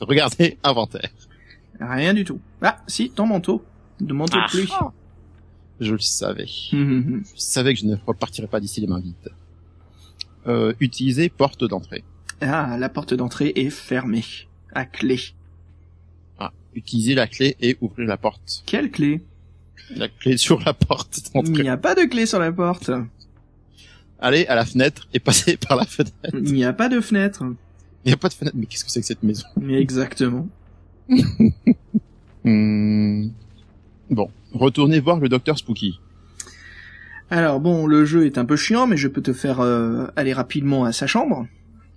Regardez inventaire.
Rien du tout. Ah, si, ton manteau. De manteau de pluie.
Ah. Je le savais.
Hum, hum, hum.
Je savais que je ne repartirais pas d'ici les mains vides. Euh, utiliser porte d'entrée.
Ah, la porte d'entrée est fermée. À clé.
Utiliser la clé et ouvrir la porte.
Quelle clé
La clé [laughs] sur la porte
Il
d'entrée.
n'y a pas de clé sur la porte.
Allez à la fenêtre et passer par la fenêtre.
Il n'y a pas de fenêtre.
Il n'y a pas de fenêtre, mais qu'est-ce que c'est que cette maison
Exactement.
Hmm. Bon, retournez voir le docteur Spooky.
Alors bon, le jeu est un peu chiant, mais je peux te faire euh, aller rapidement à sa chambre.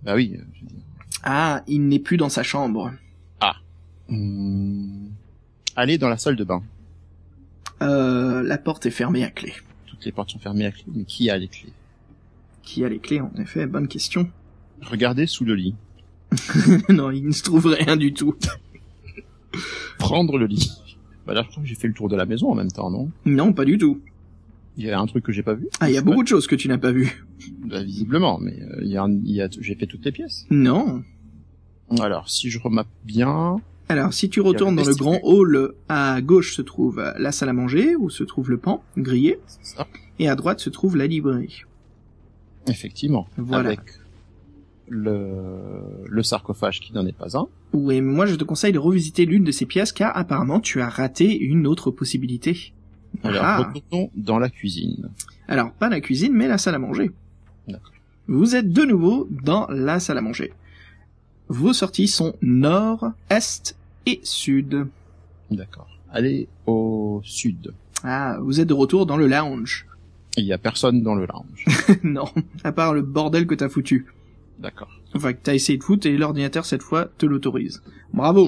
Bah oui. euh, je veux dire.
Ah, il n'est plus dans sa chambre.
Hmm. Allez dans la salle de bain.
Euh, la porte est fermée à clé.
Toutes les portes sont fermées à clé, mais qui a les clés
qui a les clés, en effet, bonne question. [laughs]
Regardez sous le lit.
non, il ne se trouve rien du tout.
Prendre le lit. Bah là, je crois que j'ai fait le tour de la maison en même temps, non
Non, pas du tout.
Il y a un truc que j'ai pas vu
Ah, il y a beaucoup de choses que tu n'as pas vues.
Bah, Visiblement, mais euh, il y a, un- il y a- j'ai fait toutes les pièces.
Non.
Alors, si je remappe bien,
Alors, si tu retournes dans le grand
vestibule.
hall, à gauche se trouve la salle à manger, où se trouve le pan, grillé,
c'est ça.
et à droite se trouve la librairie.
Effectivement.
Voilà.
Avec le, le sarcophage qui n'en est pas un.
Oui, mais moi je te conseille de revisiter l'une de ces pièces, car apparemment tu as raté une autre possibilité.
Alors,
Ah.
retournons dans la cuisine.
Alors, pas la cuisine, mais la salle à manger.
D'accord.
Vous êtes de nouveau dans la salle à manger. Vos sorties sont nord, est et sud.
D'accord. Allez au sud.
Ah, vous êtes de retour dans le lounge. [laughs]
Il y a personne dans le lounge.
non, à part le bordel que t'as foutu.
D'accord.
Enfin, que t'as essayé de foutre et l'ordinateur, cette fois, te l'autorise. Bravo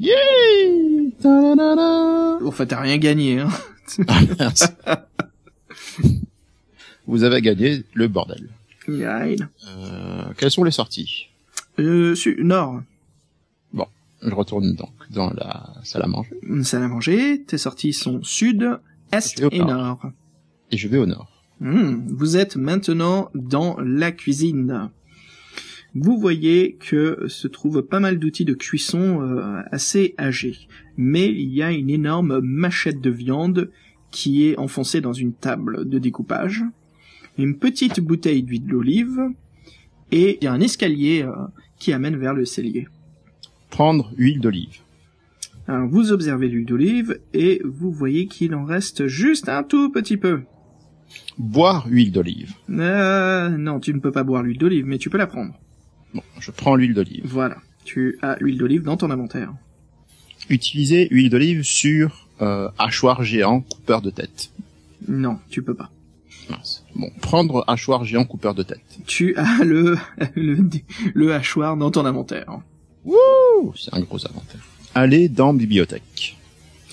Yay Ta-da-da-da
Enfin, t'as rien gagné, hein.
Ah, mince.
[laughs]
Vous avez gagné le bordel.
Yael.
Euh, quelles sont les sorties
Euh, su- nord,
Je retourne donc dans la salle à manger
salle à manger, tes sorties sont sud, est
Je vais au
et
nord.
nord.
et je vais au nord.
Hmm, vous êtes maintenant dans la cuisine. Vous voyez que se trouvent pas mal d'outils de cuisson euh, assez âgés, mais il y a une énorme machette de viande qui est enfoncée dans une table de découpage, une petite bouteille d'huile d'olive, et il y a un escalier euh, qui amène vers le cellier.
Prendre huile d'olive.
Alors vous observez l'huile d'olive et vous voyez qu'il en reste juste un tout petit peu.
Boire huile d'olive.
Euh, non, tu ne peux pas boire l'huile d'olive, mais tu peux la prendre.
Bon, je prends l'huile d'olive.
Voilà. Tu as l'huile d'olive dans ton inventaire.
utiliser huile d'olive sur euh, hachoir géant coupeur de tête.
Non, tu peux pas.
Mince. Bon, prendre hachoir géant coupeur de tête.
Tu as [laughs] le, le, le hachoir dans ton inventaire.
Ouh, c'est un gros inventaire. Aller dans bibliothèque.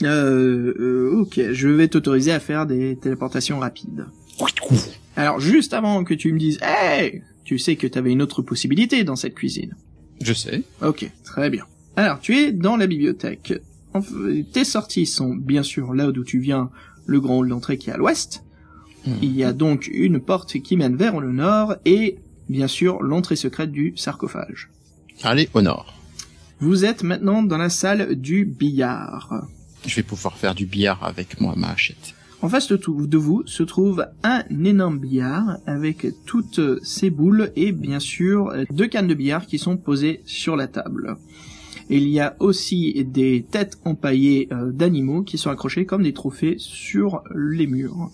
Euh, euh, ok, je vais t'autoriser à faire des téléportations rapides. Alors, juste avant que tu me dises, hey, tu sais que t'avais une autre possibilité dans cette cuisine.
Je sais.
Ok, très bien. Alors, tu es dans la bibliothèque. En f- Tes sorties sont bien sûr là d'où tu viens, le grand hall d'entrée qui est à l'ouest. Il y a donc une porte qui mène vers le nord et, bien sûr, l'entrée secrète du sarcophage.
Aller au nord.
Vous êtes maintenant dans la salle du billard.
Je vais pouvoir faire du billard avec moi, ma hachette.
En face de, tout- de vous se trouve un énorme billard avec toutes ses boules et bien sûr deux cannes de billard qui sont posées sur la table. Il y a aussi des têtes empaillées euh, d'animaux qui sont accrochées comme des trophées sur les murs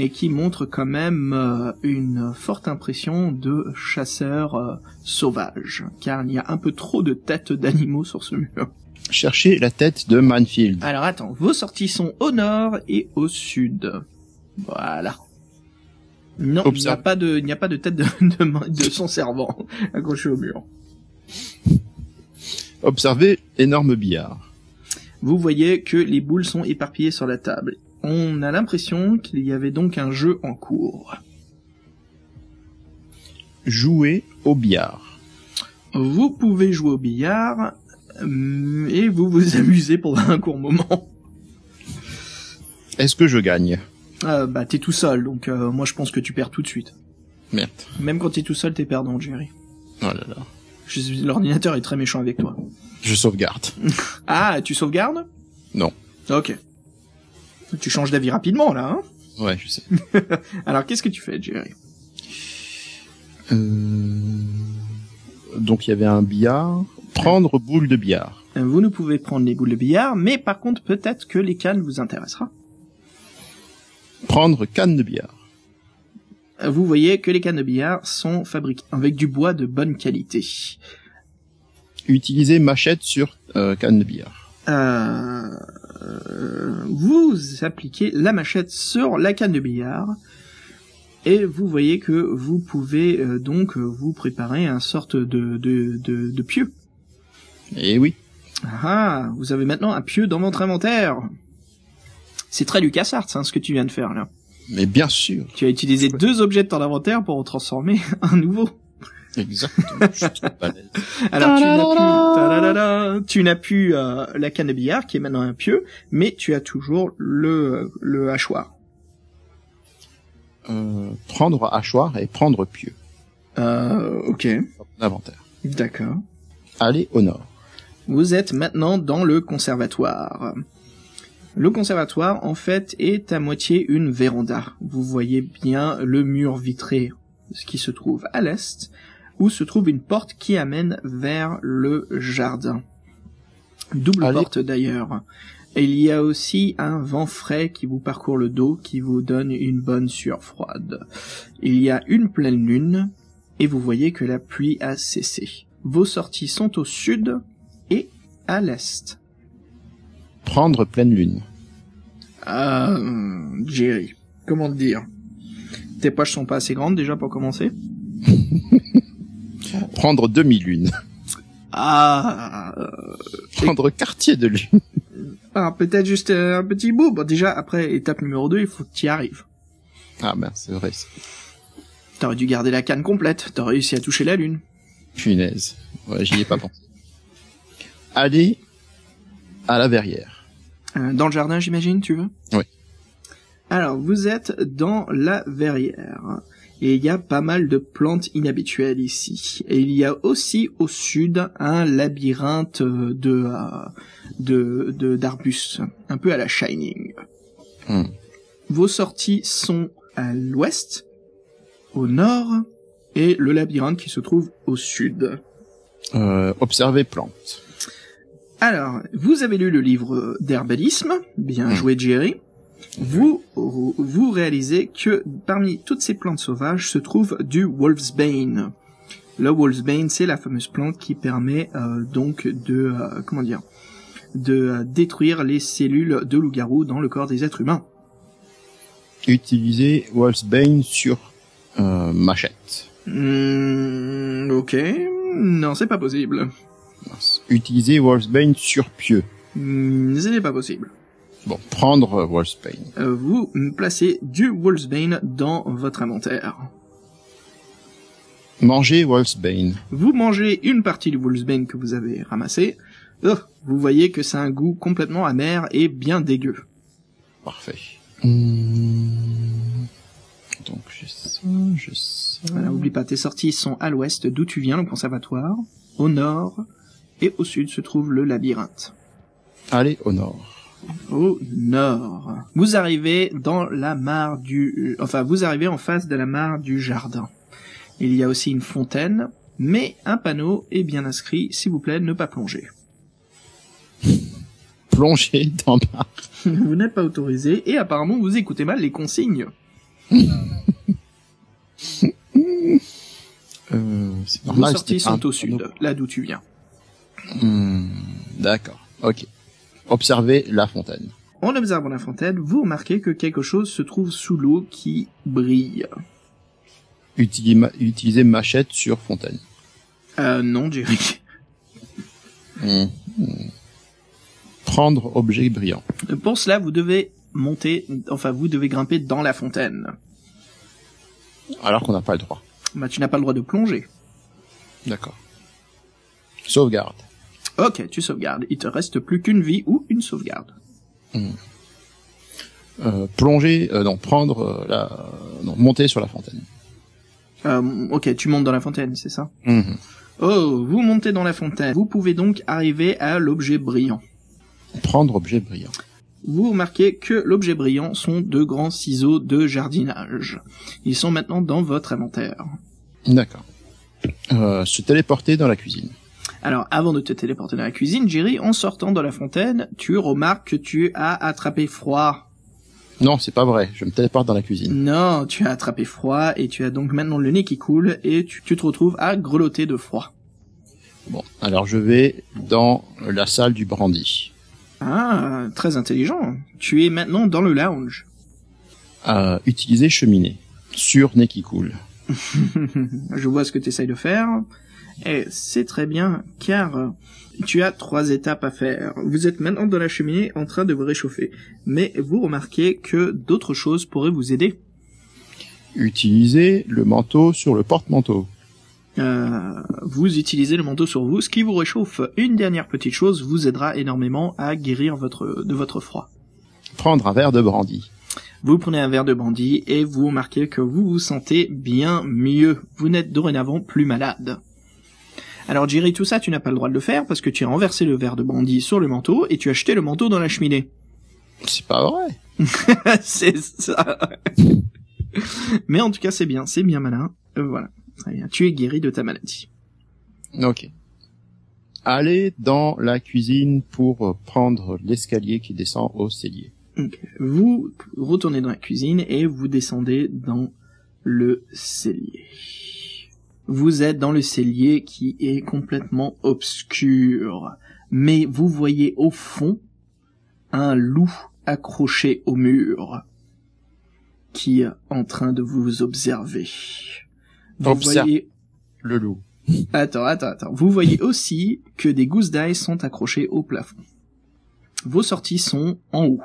et qui montrent quand même euh, une forte impression de chasseurs euh, sauvages car il y a un peu trop de têtes d'animaux sur ce mur.
Chercher la tête de Manfield.
Alors attends, vos sorties sont au nord et au sud. Voilà. Non, il n'y a
Observe.
pas de, il n'y a pas de tête de, [laughs] de, main- de son servant [laughs] accroché au mur.
Observer énorme billard.
Vous voyez que les boules sont éparpillées sur la table. On a l'impression qu'il y avait donc un jeu en cours.
Jouer au billard.
Vous pouvez jouer au billard hum, et vous vous [laughs] amusez pendant un court moment.
Est-ce que je gagne
Euh, bah t'es tout seul, donc euh, moi je pense que tu perds tout de suite.
Merde.
Même quand t'es tout seul, t'es perdant, Jerry.
Oh là là.
Je suis- L'ordinateur est très méchant avec toi.
Je sauvegarde.
Ah, tu sauvegardes
Non.
Ok. Tu changes d'avis rapidement là. Hein
Ouais, je sais.
Alors qu'est-ce que tu fais, Jerry
Euh, Donc il y avait un billard. Prendre boule de billard.
Euh, Vous ne pouvez prendre les boules de billard, mais par contre peut-être que les cannes vous intéressera.
Prendre canne de billard.
Euh, Vous voyez que les cannes de billard sont fabriquées avec du bois de bonne qualité.
Utiliser machette sur euh, canne de billard.
Euh, vous appliquez la machette sur la canne de billard et vous voyez que vous pouvez euh, donc vous préparer un sorte de de de, de pieu.
Et Eh oui,
Ah, vous avez maintenant un pieu dans votre inventaire. C'est très LucasArts, hein, ce que tu viens de faire, là.
Mais bien sûr.
Tu as utilisé deux objets de ton inventaire pour en transformer [laughs] un nouveau.
Exactement. je suis trop balèze.
Alors tu n'as plus,
Ta-da-da-da.
ta-da-da-da, tu n'as plus euh, la canne à billard qui est maintenant un pieu, mais tu as toujours le le hachoir.
Euh, prendre hachoir et prendre pieu.
Euh, ok,
Hop, L'inventaire.
d'accord.
Aller au nord.
Vous êtes maintenant dans le conservatoire. Le conservatoire, en fait, est à moitié une véranda. Vous voyez bien le mur vitré, ce qui se trouve à l'est, où se trouve une porte qui amène vers le jardin. Double
Allez.
porte d'ailleurs. Et il y a aussi un vent frais qui vous parcourt le dos, qui vous donne une bonne sueur froide. Il y a une pleine lune, et vous voyez que la pluie a cessé. Vos sorties sont au sud et à l'est.
Prendre pleine lune.
Euh, Jerry, comment te dire Tes poches sont pas assez grandes déjà pour commencer
Prendre demi-lune. [laughs]
Ah, euh,
Prendre quartier de lune.
ah, peut-être juste euh, un petit bout. Bon, déjà, après étape numéro 2, il faut que tu y arrives.
Ah ben, c'est vrai. ça.
T'aurais dû garder la canne complète, t'aurais réussi à toucher la lune.
Punaise. Ouais, j'y ai pas pensé. Aller à la verrière.
Euh, dans le jardin, j'imagine, tu veux
Oui.
Alors, vous êtes dans la verrière. Et il y a pas mal de plantes inhabituelles ici. Et il y a aussi au sud un labyrinthe euh, de euh, de de- d'arbustes, un peu à la Shining.
Hmm.
Vos sorties sont à l'ouest, au nord et le labyrinthe qui se trouve au sud.
Euh, observer plante.
Alors, vous avez lu le livre d'herbalisme, bien
Mhm.
joué Jerry. Vous, vous réalisez que parmi toutes ces plantes sauvages se trouve du Wolfsbane. Le Wolfsbane, c'est la fameuse plante qui permet euh, donc de, euh, comment dire, de euh, détruire les cellules de loup-garou dans le corps des êtres humains.
Utiliser Wolfsbane sur euh, machette.
Hmm, ok, non, c'est pas possible.
Mince. Utiliser Wolfsbane sur pieu.
Hmm, ce n'est pas possible.
Bon, prendre euh, Wolfsbane.
Euh, vous placez du Wolfsbane dans votre inventaire.
Manger Wolfsbane.
Vous mangez une partie du Wolfsbane que vous avez ramassé. Oh, vous voyez que c'est un goût complètement amer et bien dégueu.
Parfait. Hmm. Donc, je ça, je ça.
Voilà, oublie pas, tes sorties sont à l'ouest d'où tu viens, le conservatoire. Au nord et au sud se trouve le labyrinthe.
Aller au nord.
Au nord. Vous arrivez dans la mare du... euh, Enfin, vous arrivez en face de la mare du jardin. Il y a aussi une fontaine, mais un panneau est bien inscrit, s'il vous plaît, ne pas plonger.
Plonger dans ma...
vous n'êtes pas autorisé et apparemment vous écoutez mal les consignes.
Euh, c'est
Vos
normal.
sorties
c'était pas
sont
un-
au sud, là d'où tu viens.
Hmm, D'accord. Ok. Observer la fontaine.
En observant la fontaine, vous remarquez que quelque chose se trouve sous l'eau qui brille.
Utili- ma- Utiliser machette sur fontaine.
Euh, non, Jerry. [laughs]
Hmm, hmm. Prendre objet brillant.
Pour cela, vous devez monter, enfin, vous devez grimper dans la fontaine.
Alors qu'on n'a pas le droit.
Bah, tu n'as pas le droit de plonger.
D'accord. Sauvegarde.
Ok, tu sauvegardes. Il te reste plus qu'une vie ou une sauvegarde.
Euh, plonger, euh, non, prendre euh, la... Non, monter sur la fontaine.
Euh, ok, tu montes dans la fontaine, c'est ça Oh, vous montez dans la fontaine. Vous pouvez donc arriver à l'objet brillant.
Prendre objet brillant.
vous remarquez que l'objet brillant sont de grands ciseaux de jardinage. Ils sont maintenant dans votre inventaire.
D'accord. Euh, se téléporter dans la cuisine.
Alors, avant de te téléporter dans la cuisine, Jerry, en sortant de la fontaine, tu remarques que tu as attrapé froid.
Non, c'est pas vrai. Je me téléporte dans la cuisine.
Non, tu as attrapé froid et tu as donc maintenant le nez qui coule et tu, tu te retrouves à grelotter de froid.
Bon, alors je vais dans la salle du brandy.
Ah, très intelligent. Tu es maintenant dans le lounge.
Euh, utiliser cheminée. Sur nez qui coule.
Je vois ce que tu essayes de faire. Et c'est très bien, car euh, tu as trois étapes à faire. Vous êtes maintenant dans la cheminée en train de vous réchauffer, mais vous remarquez que d'autres choses pourraient vous aider.
Utilisez le manteau sur le porte-manteau.
Euh, vous utilisez le manteau sur vous, ce qui vous réchauffe. Une dernière petite chose vous aidera énormément à guérir votre, de votre froid.
Prendre un verre de brandy.
Vous prenez un verre de brandy et vous remarquez que vous vous sentez bien mieux. Vous n'êtes dorénavant plus malade. Alors Jerry, tout ça, tu n'as pas le droit de le faire parce que tu as renversé le verre de brandy sur le manteau et tu as jeté le manteau dans la cheminée. [laughs]
C'est pas vrai.
c'est ça. [laughs] Mais en tout cas, c'est bien, c'est bien malin. Euh, Voilà, très bien. Tu es guéri de ta maladie.
Ok. Allez dans la cuisine pour euh, prendre l'escalier qui descend au cellier.
Vous retournez dans la cuisine et vous descendez dans le cellier. Vous êtes dans le cellier qui est complètement obscur, mais vous voyez au fond un loup accroché au mur qui est en train de vous observer. Vous
Observe.
voyez...
Le loup.
Attends, attends, attends. Vous voyez aussi que des gousses d'ail sont accrochées au plafond. Vos sorties sont en haut.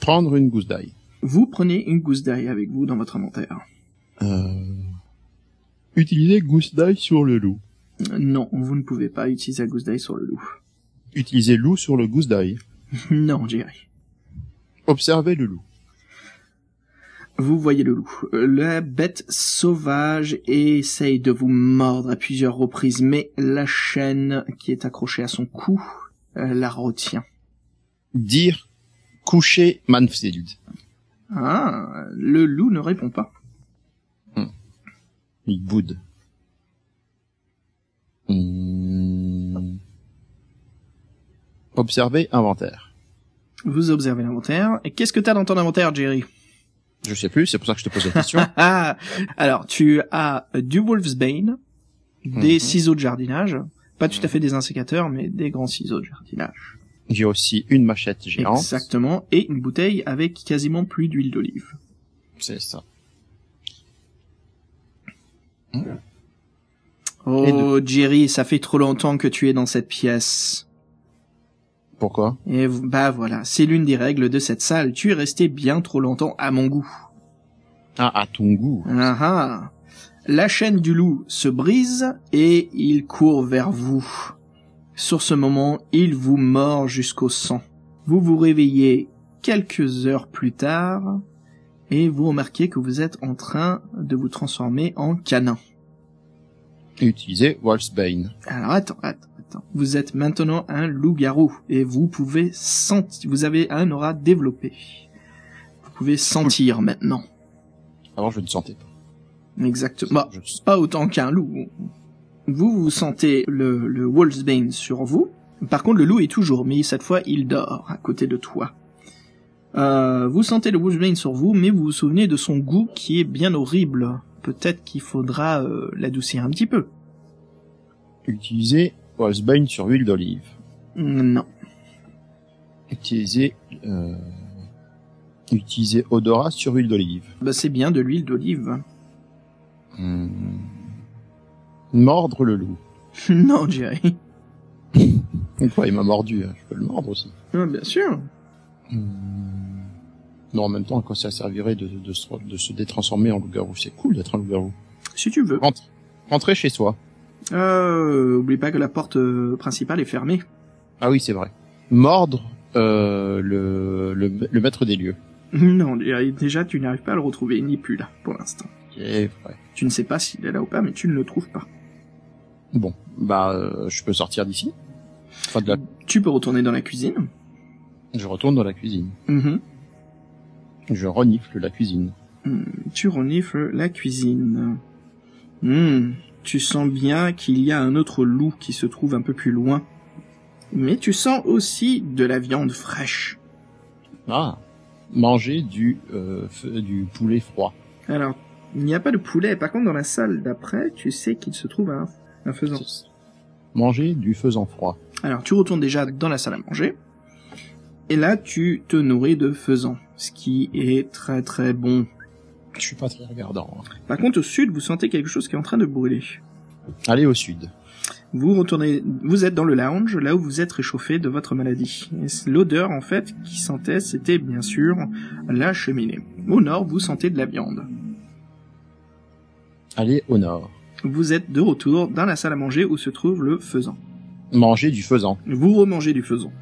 Prendre une gousse d'ail.
Vous prenez une gousse d'ail avec vous dans votre inventaire.
Euh... Utiliser gousse d'ail sur le loup.
Euh, Non, vous ne pouvez pas utiliser la gousse d'ail sur le loup. [laughs]
Utiliser loup sur le gousse d'ail.
non, Jerry.
Observer le loup.
Vous voyez le loup. Euh, La bête sauvage essaye de vous mordre à plusieurs reprises, mais la chaîne qui est accrochée à son cou euh, la retient.
Dire coucher Manfield.
Ah, le loup ne répond pas.
Il boude. Hmm. Observer inventaire.
Vous observez l'inventaire. Et qu'est-ce que t'as dans ton inventaire, Jerry
Je sais plus, c'est pour ça que je te pose la [laughs] question.
Ah Alors, tu as du Wolfsbane, des
Mhm.
ciseaux de jardinage, pas tout à fait des insecateurs, mais des grands ciseaux de jardinage.
J'ai aussi une machette géante.
Exactement, et une bouteille avec quasiment plus d'huile d'olive.
C'est ça. Et
Oh, Jerry, ça fait trop longtemps que tu es dans cette pièce.
Pourquoi
Et v- bah voilà, c'est l'une des règles de cette salle. Tu es resté bien trop longtemps à mon goût.
Ah, à ton goût.
Ah ah. La chaîne du loup se brise et il court vers vous. Sur ce moment, il vous mord jusqu'au sang. Vous vous réveillez quelques heures plus tard et vous remarquez que vous êtes en train de vous transformer en canin.
Utiliser Wolfsbane.
Alors attends, attends, attends. Vous êtes maintenant un loup-garou et vous pouvez sentir, vous avez un aura développé. Vous pouvez sentir maintenant.
Avant, je ne sentais pas.
Exactement. Bah,
Je sens-
pas autant qu'un loup. Vous, vous sentez le, le Wolfsbane sur vous. Par contre, le loup est toujours, mais cette fois, il dort à côté de toi. Euh, vous sentez le Wolfsbane sur vous, mais vous vous souvenez de son goût qui est bien horrible. Peut-être qu'il faudra euh, l'adoucir un petit peu.
Utiliser Wolfsbane sur huile d'olive.
Non.
Utiliser... Euh... Utiliser odorat sur huile d'olive.
Bah, c'est bien de l'huile d'olive. [laughs]
Hmm. Mordre le loup.
non, Jerry.
Pourquoi il m'a mordu hein Je peux le mordre aussi.
Ah, bien sûr.
Hmm. Non, en même temps, quand ça servirait de, de, se, de se détransformer en loup-garou, c'est cool d'être un loup-garou.
Si tu veux.
Rentre, rentrer chez soi.
Euh, oublie pas que la porte euh, principale est fermée. [laughs]
Ah oui, c'est vrai. Mordre euh, le, le, le maître des lieux.
Non, Jerry, déjà, tu n'arrives pas à le retrouver. Il n'est plus là, pour l'instant.
C'est vrai.
Tu ne sais pas s'il est là ou pas, mais tu ne le trouves pas.
Bon, bah, euh, je peux sortir d'ici. Enfin, de la...
Tu peux retourner dans la cuisine.
Je retourne dans la cuisine.
Mhm.
Je renifle la cuisine.
Tu renifles la cuisine. Hmm, Tu sens bien qu'il y a un autre loup qui se trouve un peu plus loin. Mais tu sens aussi de la viande fraîche.
Ah Manger du, euh, f- du poulet froid.
Alors, il n'y a pas de poulet. Par contre, dans la salle d'après, tu sais qu'il se trouve un, un faisan.
C'est- Manger du faisan froid.
Alors, tu retournes déjà dans la salle à manger. Et là, tu te nourris de faisan, ce qui est très très bon.
Je suis pas très regardant. hein.
Par contre, au sud, vous sentez quelque chose qui est en train de brûler.
Allez au sud.
Vous retournez, vous êtes dans le lounge, là où vous êtes réchauffé de votre maladie. Et c- L'odeur, en fait, qui sentait, c'était bien sûr la cheminée. Au nord, vous sentez de la viande.
Allez au nord.
Vous êtes de retour dans la salle à manger où se trouve le faisan.
Manger du faisan.
Vous remangez du faisan.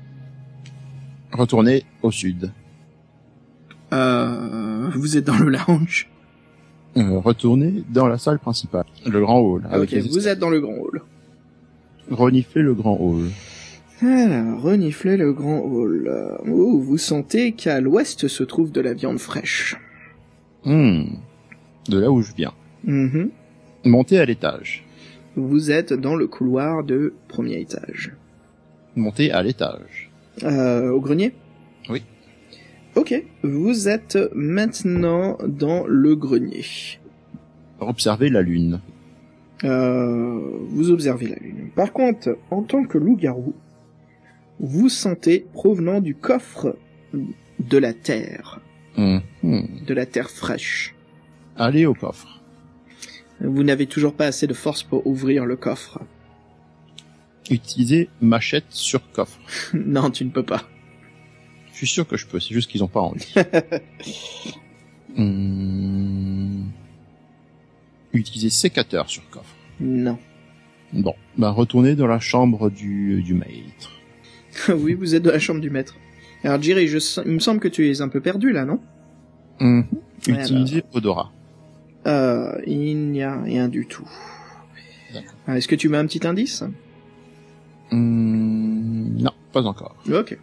Retournez au sud.
Euh, vous êtes dans le lounge.
Euh, retournez dans la salle principale. Le grand hall.
ok,
avec les
vous
escaliers.
êtes dans le grand hall.
Reniflez le grand hall.
Alors, reniflez le grand hall. Euh, Oh, vous sentez qu'à l'ouest se trouve de la viande fraîche.
Hmm. De là où je viens.
Mhm.
Montez à l'étage.
Vous êtes dans le couloir de premier étage.
Montez à l'étage.
Euh, au grenier
Oui.
Ok, vous êtes maintenant dans le grenier.
Observez la lune.
Euh, vous observez la lune. Par contre, en tant que loup-garou, vous sentez provenant du coffre de la terre,
Hmm. Hmm.
de la terre fraîche.
Allez au coffre.
Vous n'avez toujours pas assez de force pour ouvrir le coffre.
Utilisez machette sur coffre.
non, tu ne peux pas.
Je suis sûr que je peux, c'est juste qu'ils ont pas envie. Hmm. Utilisez sécateur sur coffre.
Non. [laughs]
Bon, bah retournez dans la chambre du, du maître.
oui, vous êtes dans la chambre du maître. Alors, Jerry, je sens- il me semble que tu es un peu perdu là, non
Mhm.
Ouais,
Utilisez odorat.
Euh, il n'y a rien du tout.
D'accord.
Ah, Est-ce que tu mets un petit indice
Hmm, Non, pas encore.
Ok.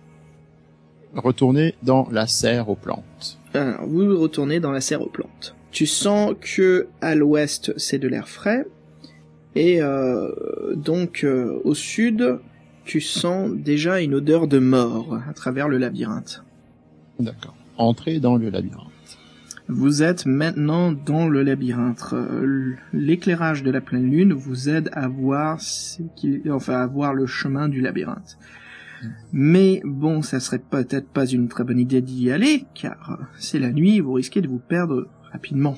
Retournez dans la serre aux plantes.
Alors, vous retournez dans la serre aux plantes. Tu sens que à l'ouest c'est de l'air frais et euh, donc euh, au sud tu sens déjà une odeur de mort à travers le labyrinthe.
D'accord. Entrez dans le labyrinthe.
Vous êtes maintenant dans le labyrinthe. Euh, L'éclairage de la pleine lune vous aide à voir ce qu'il- enfin à voir le chemin du labyrinthe. Mais bon, ça serait peut-être pas une très bonne idée d'y aller, car c'est la nuit, vous risquez de vous perdre rapidement.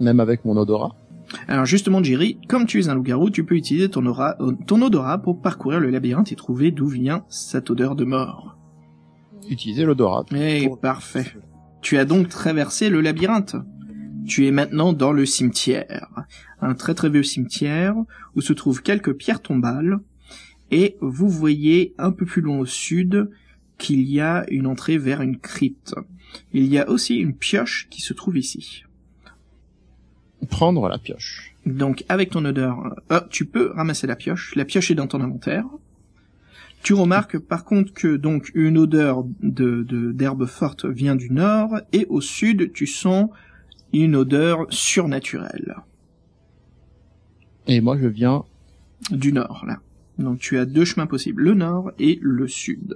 Même avec mon odorat.
Alors justement, Jerry, comme tu es un loup-garou, tu peux utiliser ton, aura- euh, ton odorat pour parcourir le labyrinthe et trouver d'où vient cette odeur de mort.
Utilisez l'odorat.
Eh, parfait. Tu as donc traversé le labyrinthe. Tu es maintenant dans le cimetière. Un très très vieux cimetière où se trouvent quelques pierres tombales. Et vous voyez un peu plus loin au sud qu'il y a une entrée vers une crypte. Il y a aussi une pioche qui se trouve ici.
Prendre la pioche.
Donc avec ton odeur, euh, ah, tu peux ramasser la pioche. La pioche est dans ton inventaire. Tu remarques par contre que donc une odeur de de- d'herbe forte vient du nord et au sud tu sens une odeur surnaturelle
Et moi je viens
du nord là. Donc tu as deux chemins possibles, le nord et le sud.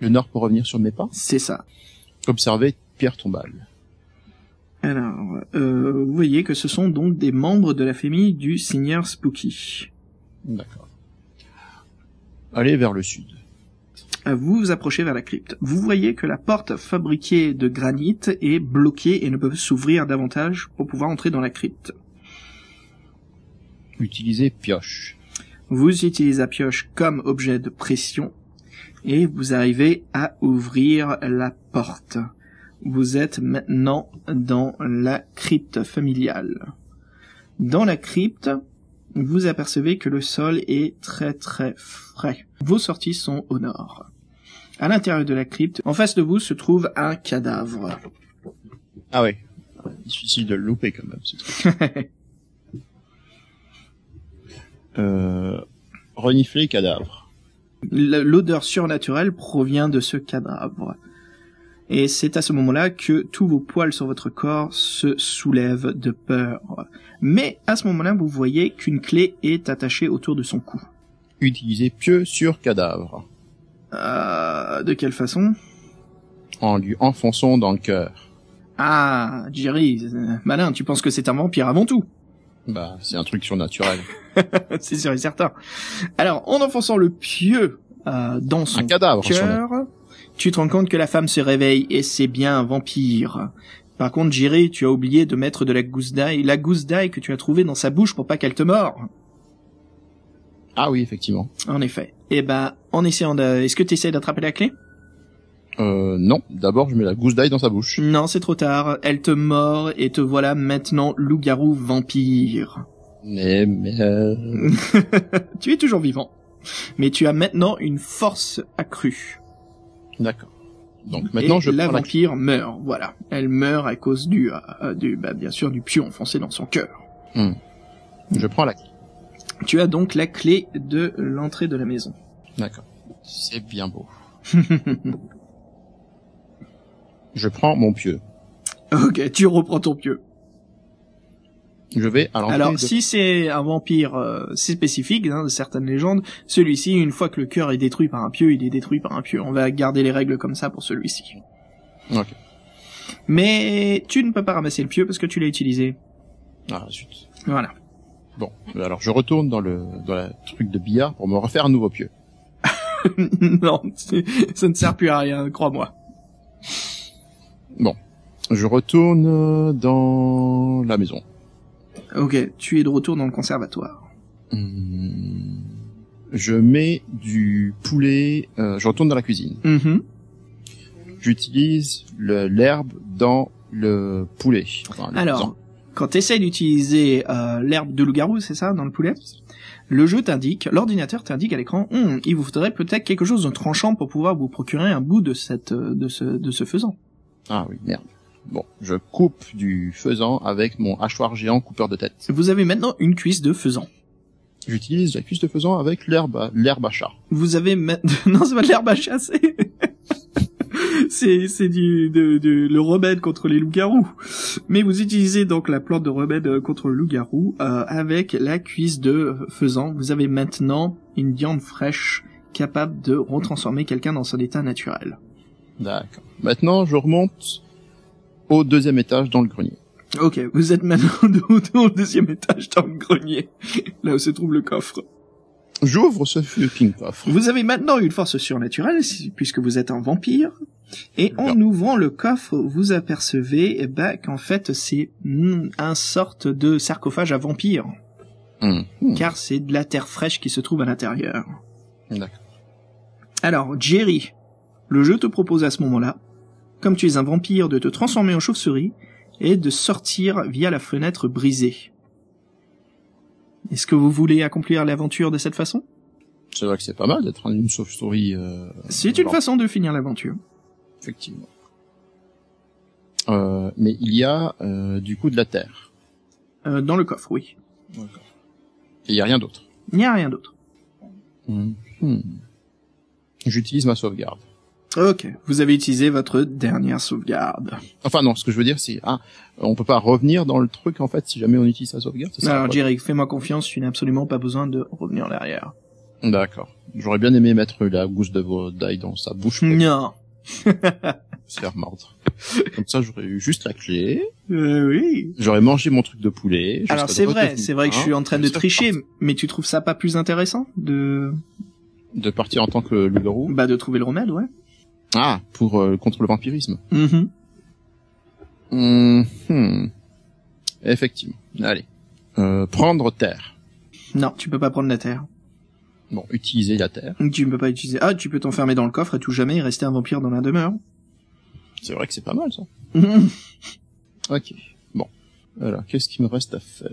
le nord pour revenir sur mes pas.
C'est ça.
Observez pierre tombale.
Alors, euh, vous voyez que ce sont donc des membres de la famille du seigneur Spooky.
D'accord. Allez vers le sud.
Vous vous approchez vers la crypte. Vous voyez que la porte fabriquée de granit est bloquée et ne peut s'ouvrir davantage pour pouvoir entrer dans la crypte.
Utilisez pioche.
Vous utilisez la pioche comme objet de pression et vous arrivez à ouvrir la porte. Vous êtes maintenant dans la crypte familiale. Dans la crypte, vous apercevez que le sol est très très frais. Vos sorties sont au nord. À l'intérieur de la crypte, en face de vous se trouve un cadavre.
Ah ouais. Difficile de le louper quand même. ce truc. euh, renifler cadavre.
L- L'odeur surnaturelle provient de ce cadavre. Et c'est à ce moment-là que tous vos poils sur votre corps se soulèvent de peur. Mais à ce moment-là, vous voyez qu'une clé est attachée autour de son cou.
Utiliser pieux sur cadavre.
Euh, de quelle façon
En lui enfonçant dans le cœur.
Ah, Jerry, euh, malin, tu penses que c'est un vampire avant tout [laughs]
Bah, c'est un truc surnaturel.
C'est sûr et certain. Alors, en enfonçant le pieu euh, dans son
Un cadavre. surnaturel.
cœur, tu te rends compte que la femme se réveille et c'est bien un vampire. Par contre, Jiré, tu as oublié de mettre de la gousse d'ail, la gousse d'ail que tu as trouvée dans sa bouche pour pas qu'elle te mord.
Ah oui, effectivement.
En effet. Et ben, en essayant de... Est-ce que tu essaies d'attraper la clé
Euh, non, d'abord je mets la gousse d'ail dans sa bouche.
Non, c'est trop tard. Elle te mord et te voilà maintenant loup-garou vampire.
Mais, mais... euh,
Tu es toujours vivant. Mais tu as maintenant une force accrue.
D'accord. Donc maintenant
et
je
la
prends la clé.
vampire meurt, voilà. Elle meurt à cause du, euh, du bah, bien sûr, du pieu enfoncé dans son cœur.
Je prends la clé.
Tu as donc la clé de l'entrée de la maison.
D'accord. C'est bien beau. [laughs] Je prends mon pieu.
ok, tu reprends ton pieu.
Je vais à l'entrée
Alors,
de-
si c'est un vampire, euh, c'est spécifique hein, de certaines légendes. Celui-ci, une fois que le cœur est détruit par un pieu, il est détruit par un pieu. On va garder les règles comme ça pour celui-ci.
Ok.
Mais tu ne peux pas ramasser le pieu parce que tu l'as utilisé.
Ah, zut.
Voilà. [laughs]
Bon, alors je retourne dans le dans la truc de billard pour me refaire un nouveau pieu.
non, [laughs] c'est- ça ne sert plus à rien, crois-moi.
Je retourne euh, dans la maison.
Ok, tu es de retour dans le conservatoire.
Hmm. Je mets du poulet. euh, je retourne dans la cuisine.
Mhm.
J'utilise le- l'herbe dans le poulet. Enfin, le-
Alors,
dans-
quand tu essaies d'utiliser euh, l'herbe de loup-garou, c'est ça, dans le poulet Le jeu t'indique, l'ordinateur t'indique à l'écran, Hum, il vous faudrait peut-être quelque chose de tranchant pour pouvoir vous procurer un bout de cette, euh, de ce, de ce faisan.
Ah oui, merde. Bon, je coupe du faisan avec mon hachoir géant coupeur de tête.
Vous avez maintenant une cuisse de faisan.
J'utilise la cuisse de faisan avec l'herbe à, l'herbe à chat.
Vous avez maintenant, [laughs] non, c'est pas de l'herbe à chasser. [laughs] c'est, c'est du, de, de- le remède contre les loups-garous. Mais vous utilisez donc la plante de remède euh, contre le loup-garou, euh, avec la cuisse de faisan. Vous avez maintenant une viande fraîche capable de retransformer quelqu'un dans son état naturel.
D'accord. Maintenant, je remonte au deuxième étage dans le grenier.
Ok, vous êtes maintenant [laughs] de retour au deuxième étage dans le grenier, là où se trouve le coffre.
J'ouvre ce fucking coffre.
Vous avez maintenant une force surnaturelle, si- puisque vous êtes un vampire, et en
Bien.
ouvrant le coffre, vous apercevez eh ben, qu'en fait c'est mm, un sorte de sarcophage à vampire,
Hmm. Hmm.
car c'est de la terre fraîche qui se trouve à l'intérieur.
D'accord.
Alors, Jerry, le jeu te propose à ce moment-là, comme tu es un vampire, de te transformer en chauve-souris et de sortir via la fenêtre brisée. Est-ce que vous voulez accomplir l'aventure de cette façon
C'est vrai que c'est pas mal d'être une sauve-souris. euh,
C'est une
bon,
façon de finir l'aventure.
Effectivement. Euh, mais il y a euh, du coup de la terre.
Euh, dans le coffre, oui.
Et il y a rien d'autre.
Il n'y a rien d'autre. Mm-hmm.
Hmm. Hmm. J'utilise ma sauvegarde.
Ok, vous avez utilisé votre dernière sauvegarde.
Enfin non, ce que je veux dire c'est ah, on peut pas revenir dans le truc en fait si jamais on utilise sa sauvegarde. c'est ça,
Alors
quoi
Jerry, fais-moi confiance, tu n'as absolument pas besoin de revenir en arrière.
D'accord. J'aurais bien aimé mettre la gousse de vo- d'ail dans sa bouche pour
Non.
se
[laughs]
faire mordre. Comme ça j'aurais eu juste la clé.
Euh, oui.
J'aurais mangé mon truc de poulet. je
Alors
serais
c'est vrai,
redevenu
c'est vrai que je
un,
suis en train de
serais
tricher,
parti-
mais tu trouves ça pas plus intéressant de
De partir en tant que loup-garou.
bah de trouver le remède, ouais.
Ah, pour euh, contre le vampirisme.
Mhm.
Hmm, hmm. Effectivement. Allez. Euh, prendre terre.
Non, tu peux pas prendre la terre.
Bon, utiliser la terre.
Tu ne peux pas utiliser. Ah, tu peux t'enfermer dans le coffre à tout jamais et rester un vampire dans la demeure. [laughs]
C'est vrai que c'est pas mal ça.
Mhm.
Ok. Bon. Alors, qu'est-ce qu'il me reste à faire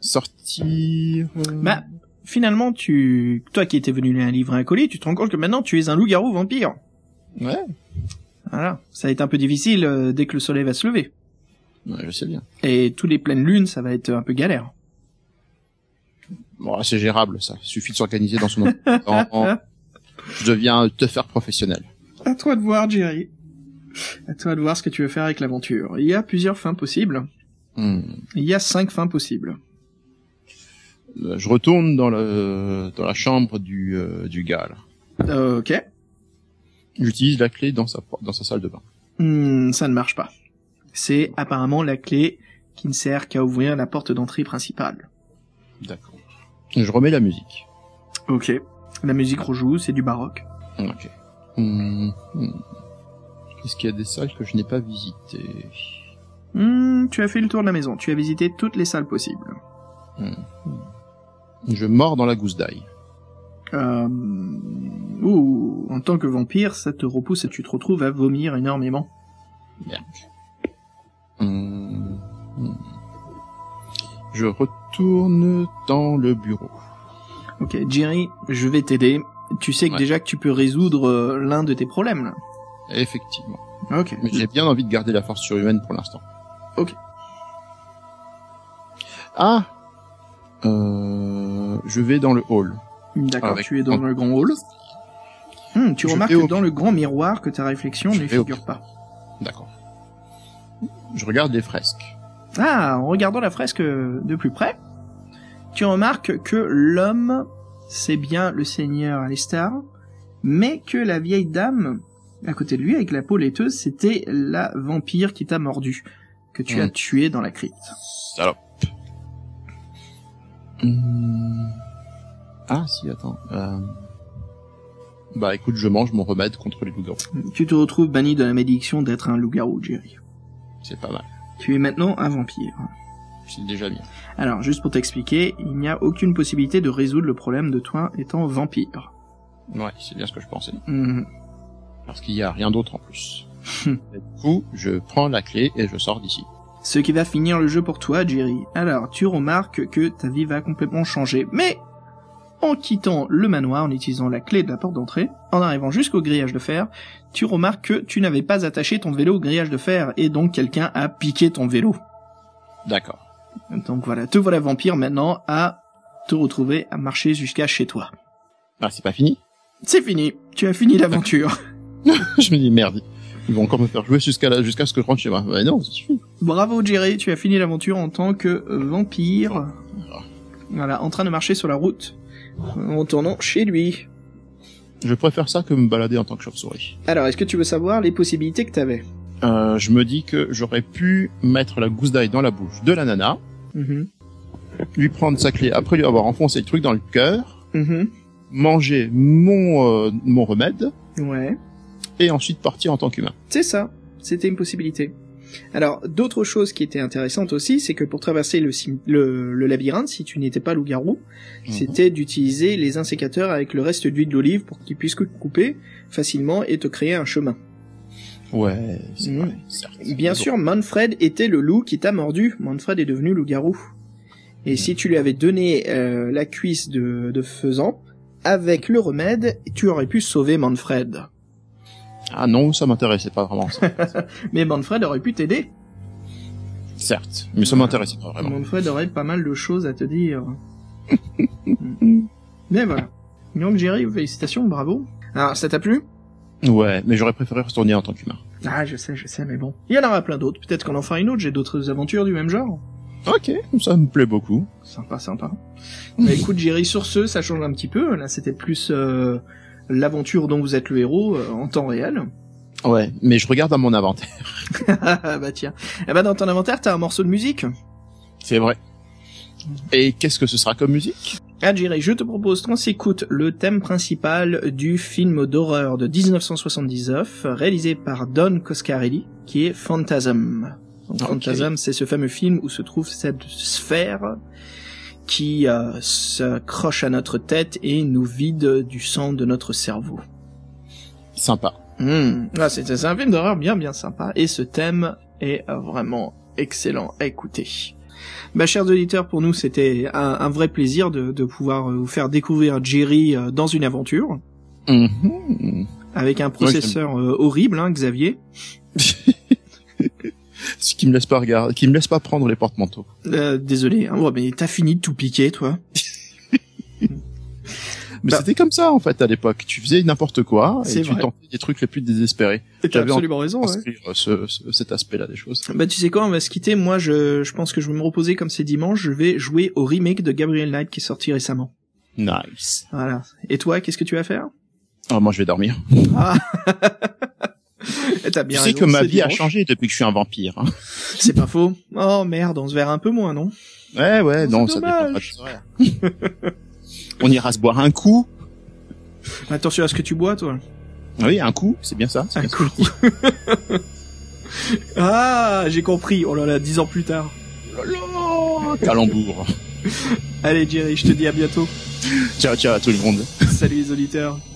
Sortir. euh,
bah, finalement, tu, toi qui étais venu lire un livre à un colis, tu te rends compte que maintenant tu es un loup-garou vampire.
Ouais.
Voilà. Ça va être un peu difficile euh, dès que le soleil va se lever.
ouais, je sais bien.
Et tous les pleines lunes, ça va être un peu galère.
Bon, c'est gérable ça. Suffit de s'organiser dans son emploi du temps. Je deviens un teufeur professionnel.
À toi de voir, Jerry. À toi de voir ce que tu veux faire avec l'aventure. Il y a plusieurs fins possibles.
Hmm.
Il y a cinq fins possibles.
Euh, Je retourne dans le dans la chambre du euh, du gars. là.
Euh, ok.
J'utilise la clé dans sa dans sa salle de bain.
Hmm, ça ne marche pas. C'est apparemment la clé qui ne sert qu'à ouvrir la porte d'entrée principale.
D'accord. Je remets la musique.
Ok. La musique rejoue, c'est du baroque.
Ok. Hmm, hmm. Est-ce qu'il y a des salles que je n'ai pas visitées
Hmm, tu as fait le tour de la maison, tu as visité toutes les salles possibles.
Je mords dans la gousse d'ail.
Euh... Ouh, en tant que vampire, ça te repousse et tu te retrouves à vomir énormément.
Hum, hum. Je retourne dans le bureau.
Ok, Jerry, je vais t'aider. Tu sais que
Ouais.
déjà que tu peux résoudre euh, l'un de tes problèmes là.
Effectivement.
Ok.
Mais j'ai bien envie de garder la force surhumaine pour l'instant.
Ok.
Ah euh, Je vais dans le hall.
D'accord,
Avec-
tu es dans le grand hall. Hum, tu
Je
remarques
vais
que
au-
dans le grand miroir que ta réflexion
Je
ne
vais au-
figure pas.
D'accord. Je regarde les fresques.
Ah, en regardant la fresque euh, de plus près, tu remarques que l'homme, c'est bien le seigneur Alistar, mais que la vieille dame, à côté de lui, avec la peau laiteuse, c'était la vampire qui t'a mordu, que tu
Hmm.
as tué dans la crypte.
Salope. Hum. Ah si, attends. Euh, Bah écoute, je mange mon remède contre les loups
Tu te retrouves banni de la malédiction d'être un loup-garou, Jerry.
C'est pas mal.
Tu es maintenant un vampire.
C'est déjà bien.
Alors, juste pour t'expliquer, il n'y a aucune possibilité de résoudre le problème de toi étant vampire.
Ouais, c'est bien ce que je pensais.
Mhm.
Parce qu'il n'y a rien d'autre en [laughs] plus. Et du coup, je prends la clé et je sors d'ici.
Ce qui va finir le jeu pour toi, Jerry. Alors, tu remarques que ta vie va complètement changer, mais en quittant le manoir, en utilisant la clé de la porte d'entrée, en arrivant jusqu'au grillage de fer, tu remarques que tu n'avais pas attaché ton vélo au grillage de fer, et donc quelqu'un a piqué ton vélo.
D'accord.
Donc voilà, te voilà vampire maintenant à te retrouver à marcher jusqu'à chez toi.
Ah, c'est pas fini [laughs]
C'est fini, tu as fini l'aventure.
Je me dis merde. Ils vont encore me faire jouer jusqu'à la- jusqu'à ce que je rentre chez moi. Mais non, ça suffit.
Bravo Jerry, tu as fini l'aventure en tant que vampire.
Voilà.
Voilà, en train de marcher sur la route, euh, en retournant chez lui.
Je préfère ça que me balader en tant que chauve-souris.
Alors, est-ce que tu veux savoir les possibilités que t'avais
Euh, je me dis que j'aurais pu mettre la gousse d'ail dans la bouche de la nana,
Mhm.
lui prendre sa clé après lui avoir enfoncé le truc dans le cœur,
Mhm.
manger mon, euh, mon remède,
Ouais.
et ensuite partir en tant qu'humain.
C'est ça. C'était une possibilité. Alors, d'autres choses qui étaient intéressantes aussi, c'est que pour traverser le, cim- le, le labyrinthe, si tu n'étais pas loup-garou,
Mhm.
c'était d'utiliser les insécateurs avec le reste d'huile d'olive pour qu'ils puissent couper facilement et te créer un chemin.
Ouais, c'est
Mhm.
vrai, certes.
Bien
Mais bon.
sûr, Manfred était le loup qui t'a mordu. Manfred est devenu loup-garou. Et si tu lui avais donné euh, la cuisse de, de faisan, avec le remède, tu aurais pu sauver Manfred.
Ah non, ça m'intéressait pas vraiment, ça.
Mais Manfred aurait pu t'aider.
certes. Mais ça m'intéressait pas vraiment.
Manfred aurait pas mal de choses à te dire. [laughs] Mais voilà. Donc Jerry, félicitations, bravo. Alors, ça t'a plu
Ouais, mais j'aurais préféré retourner en tant qu'humain.
Ah, je sais, je sais, mais bon. Il y en aura plein d'autres. Peut-être qu'on en fera une autre. J'ai d'autres aventures du même genre.
Ok, ça me plaît beaucoup.
Sympa, sympa. Mais écoute, Jerry, sur ce, ça change un petit peu. Là, c'était plus euh, l'aventure dont vous êtes le héros euh, en temps réel. [laughs]
Ouais, mais je regarde à mon inventaire.
Ah, bah tiens. Eh ben, dans ton inventaire, t'as un morceau de musique.
C'est vrai. Et qu'est-ce que ce sera comme musique
Ah, Jerry, je te propose qu'on s'écoute le thème principal du film d'horreur de 1979, réalisé par Don Coscarelli, qui est Phantasm. Donc,
Ok.
Phantasm, c'est ce fameux film où se trouve cette sphère qui euh, s'accroche à notre tête et nous vide du sang de notre cerveau.
Sympa.
Hmm. Ah, c'est c'est un film d'horreur bien bien sympa et ce thème est euh, vraiment excellent à écouter. Bah, chers auditeurs, pour nous, c'était un, un vrai plaisir de, de pouvoir euh, vous faire découvrir Jerry euh, dans une aventure
Mhm.
avec un processeur euh, horrible, hein, Xavier.
Ce qui me laisse pas regarder, qui me laisse pas prendre les porte-manteaux.
Euh, désolé, hein. Ouais, mais t'as fini de tout piquer, toi.
Mais
Bah.
c'était comme ça en fait à l'époque. Tu faisais n'importe quoi et
C'est
tu
vrai.
tentais des trucs les plus désespérés.
T'as
J'avais
absolument raison.
pour
Ouais.
inscrire, euh, ce- ce- cet aspect-là des choses.
Bah tu sais quoi, on va se quitter. Moi, je, je pense que je vais me reposer comme c'est dimanche. Je vais jouer au remake de Gabriel Knight qui est sorti récemment.
Nice.
Voilà. Et toi, qu'est-ce que tu vas faire [laughs]
Ah, moi je vais dormir.
Eh, T'as
Tu
bien
sais
raison,
que ma
c'est
vie a
dimanche.
changé depuis que je suis un vampire. hein.
C'est pas faux. Oh merde, on se verra un peu moins, non
[laughs] Ouais ouais,
C'est
non ça dépend pas de
dommage.
toi. [laughs] On ira se boire un coup.
Attention à ce que tu bois, toi.
Oui, un coup, c'est bien [laughs] ça. c'est
Un
bien ça.
coup. [laughs] ah, j'ai compris. Oh là là, dix ans plus tard.
Oh là là, Calembour. Allez Jerry, je te dis à bientôt.
Ciao, ciao à tout le monde.
Salut les auditeurs.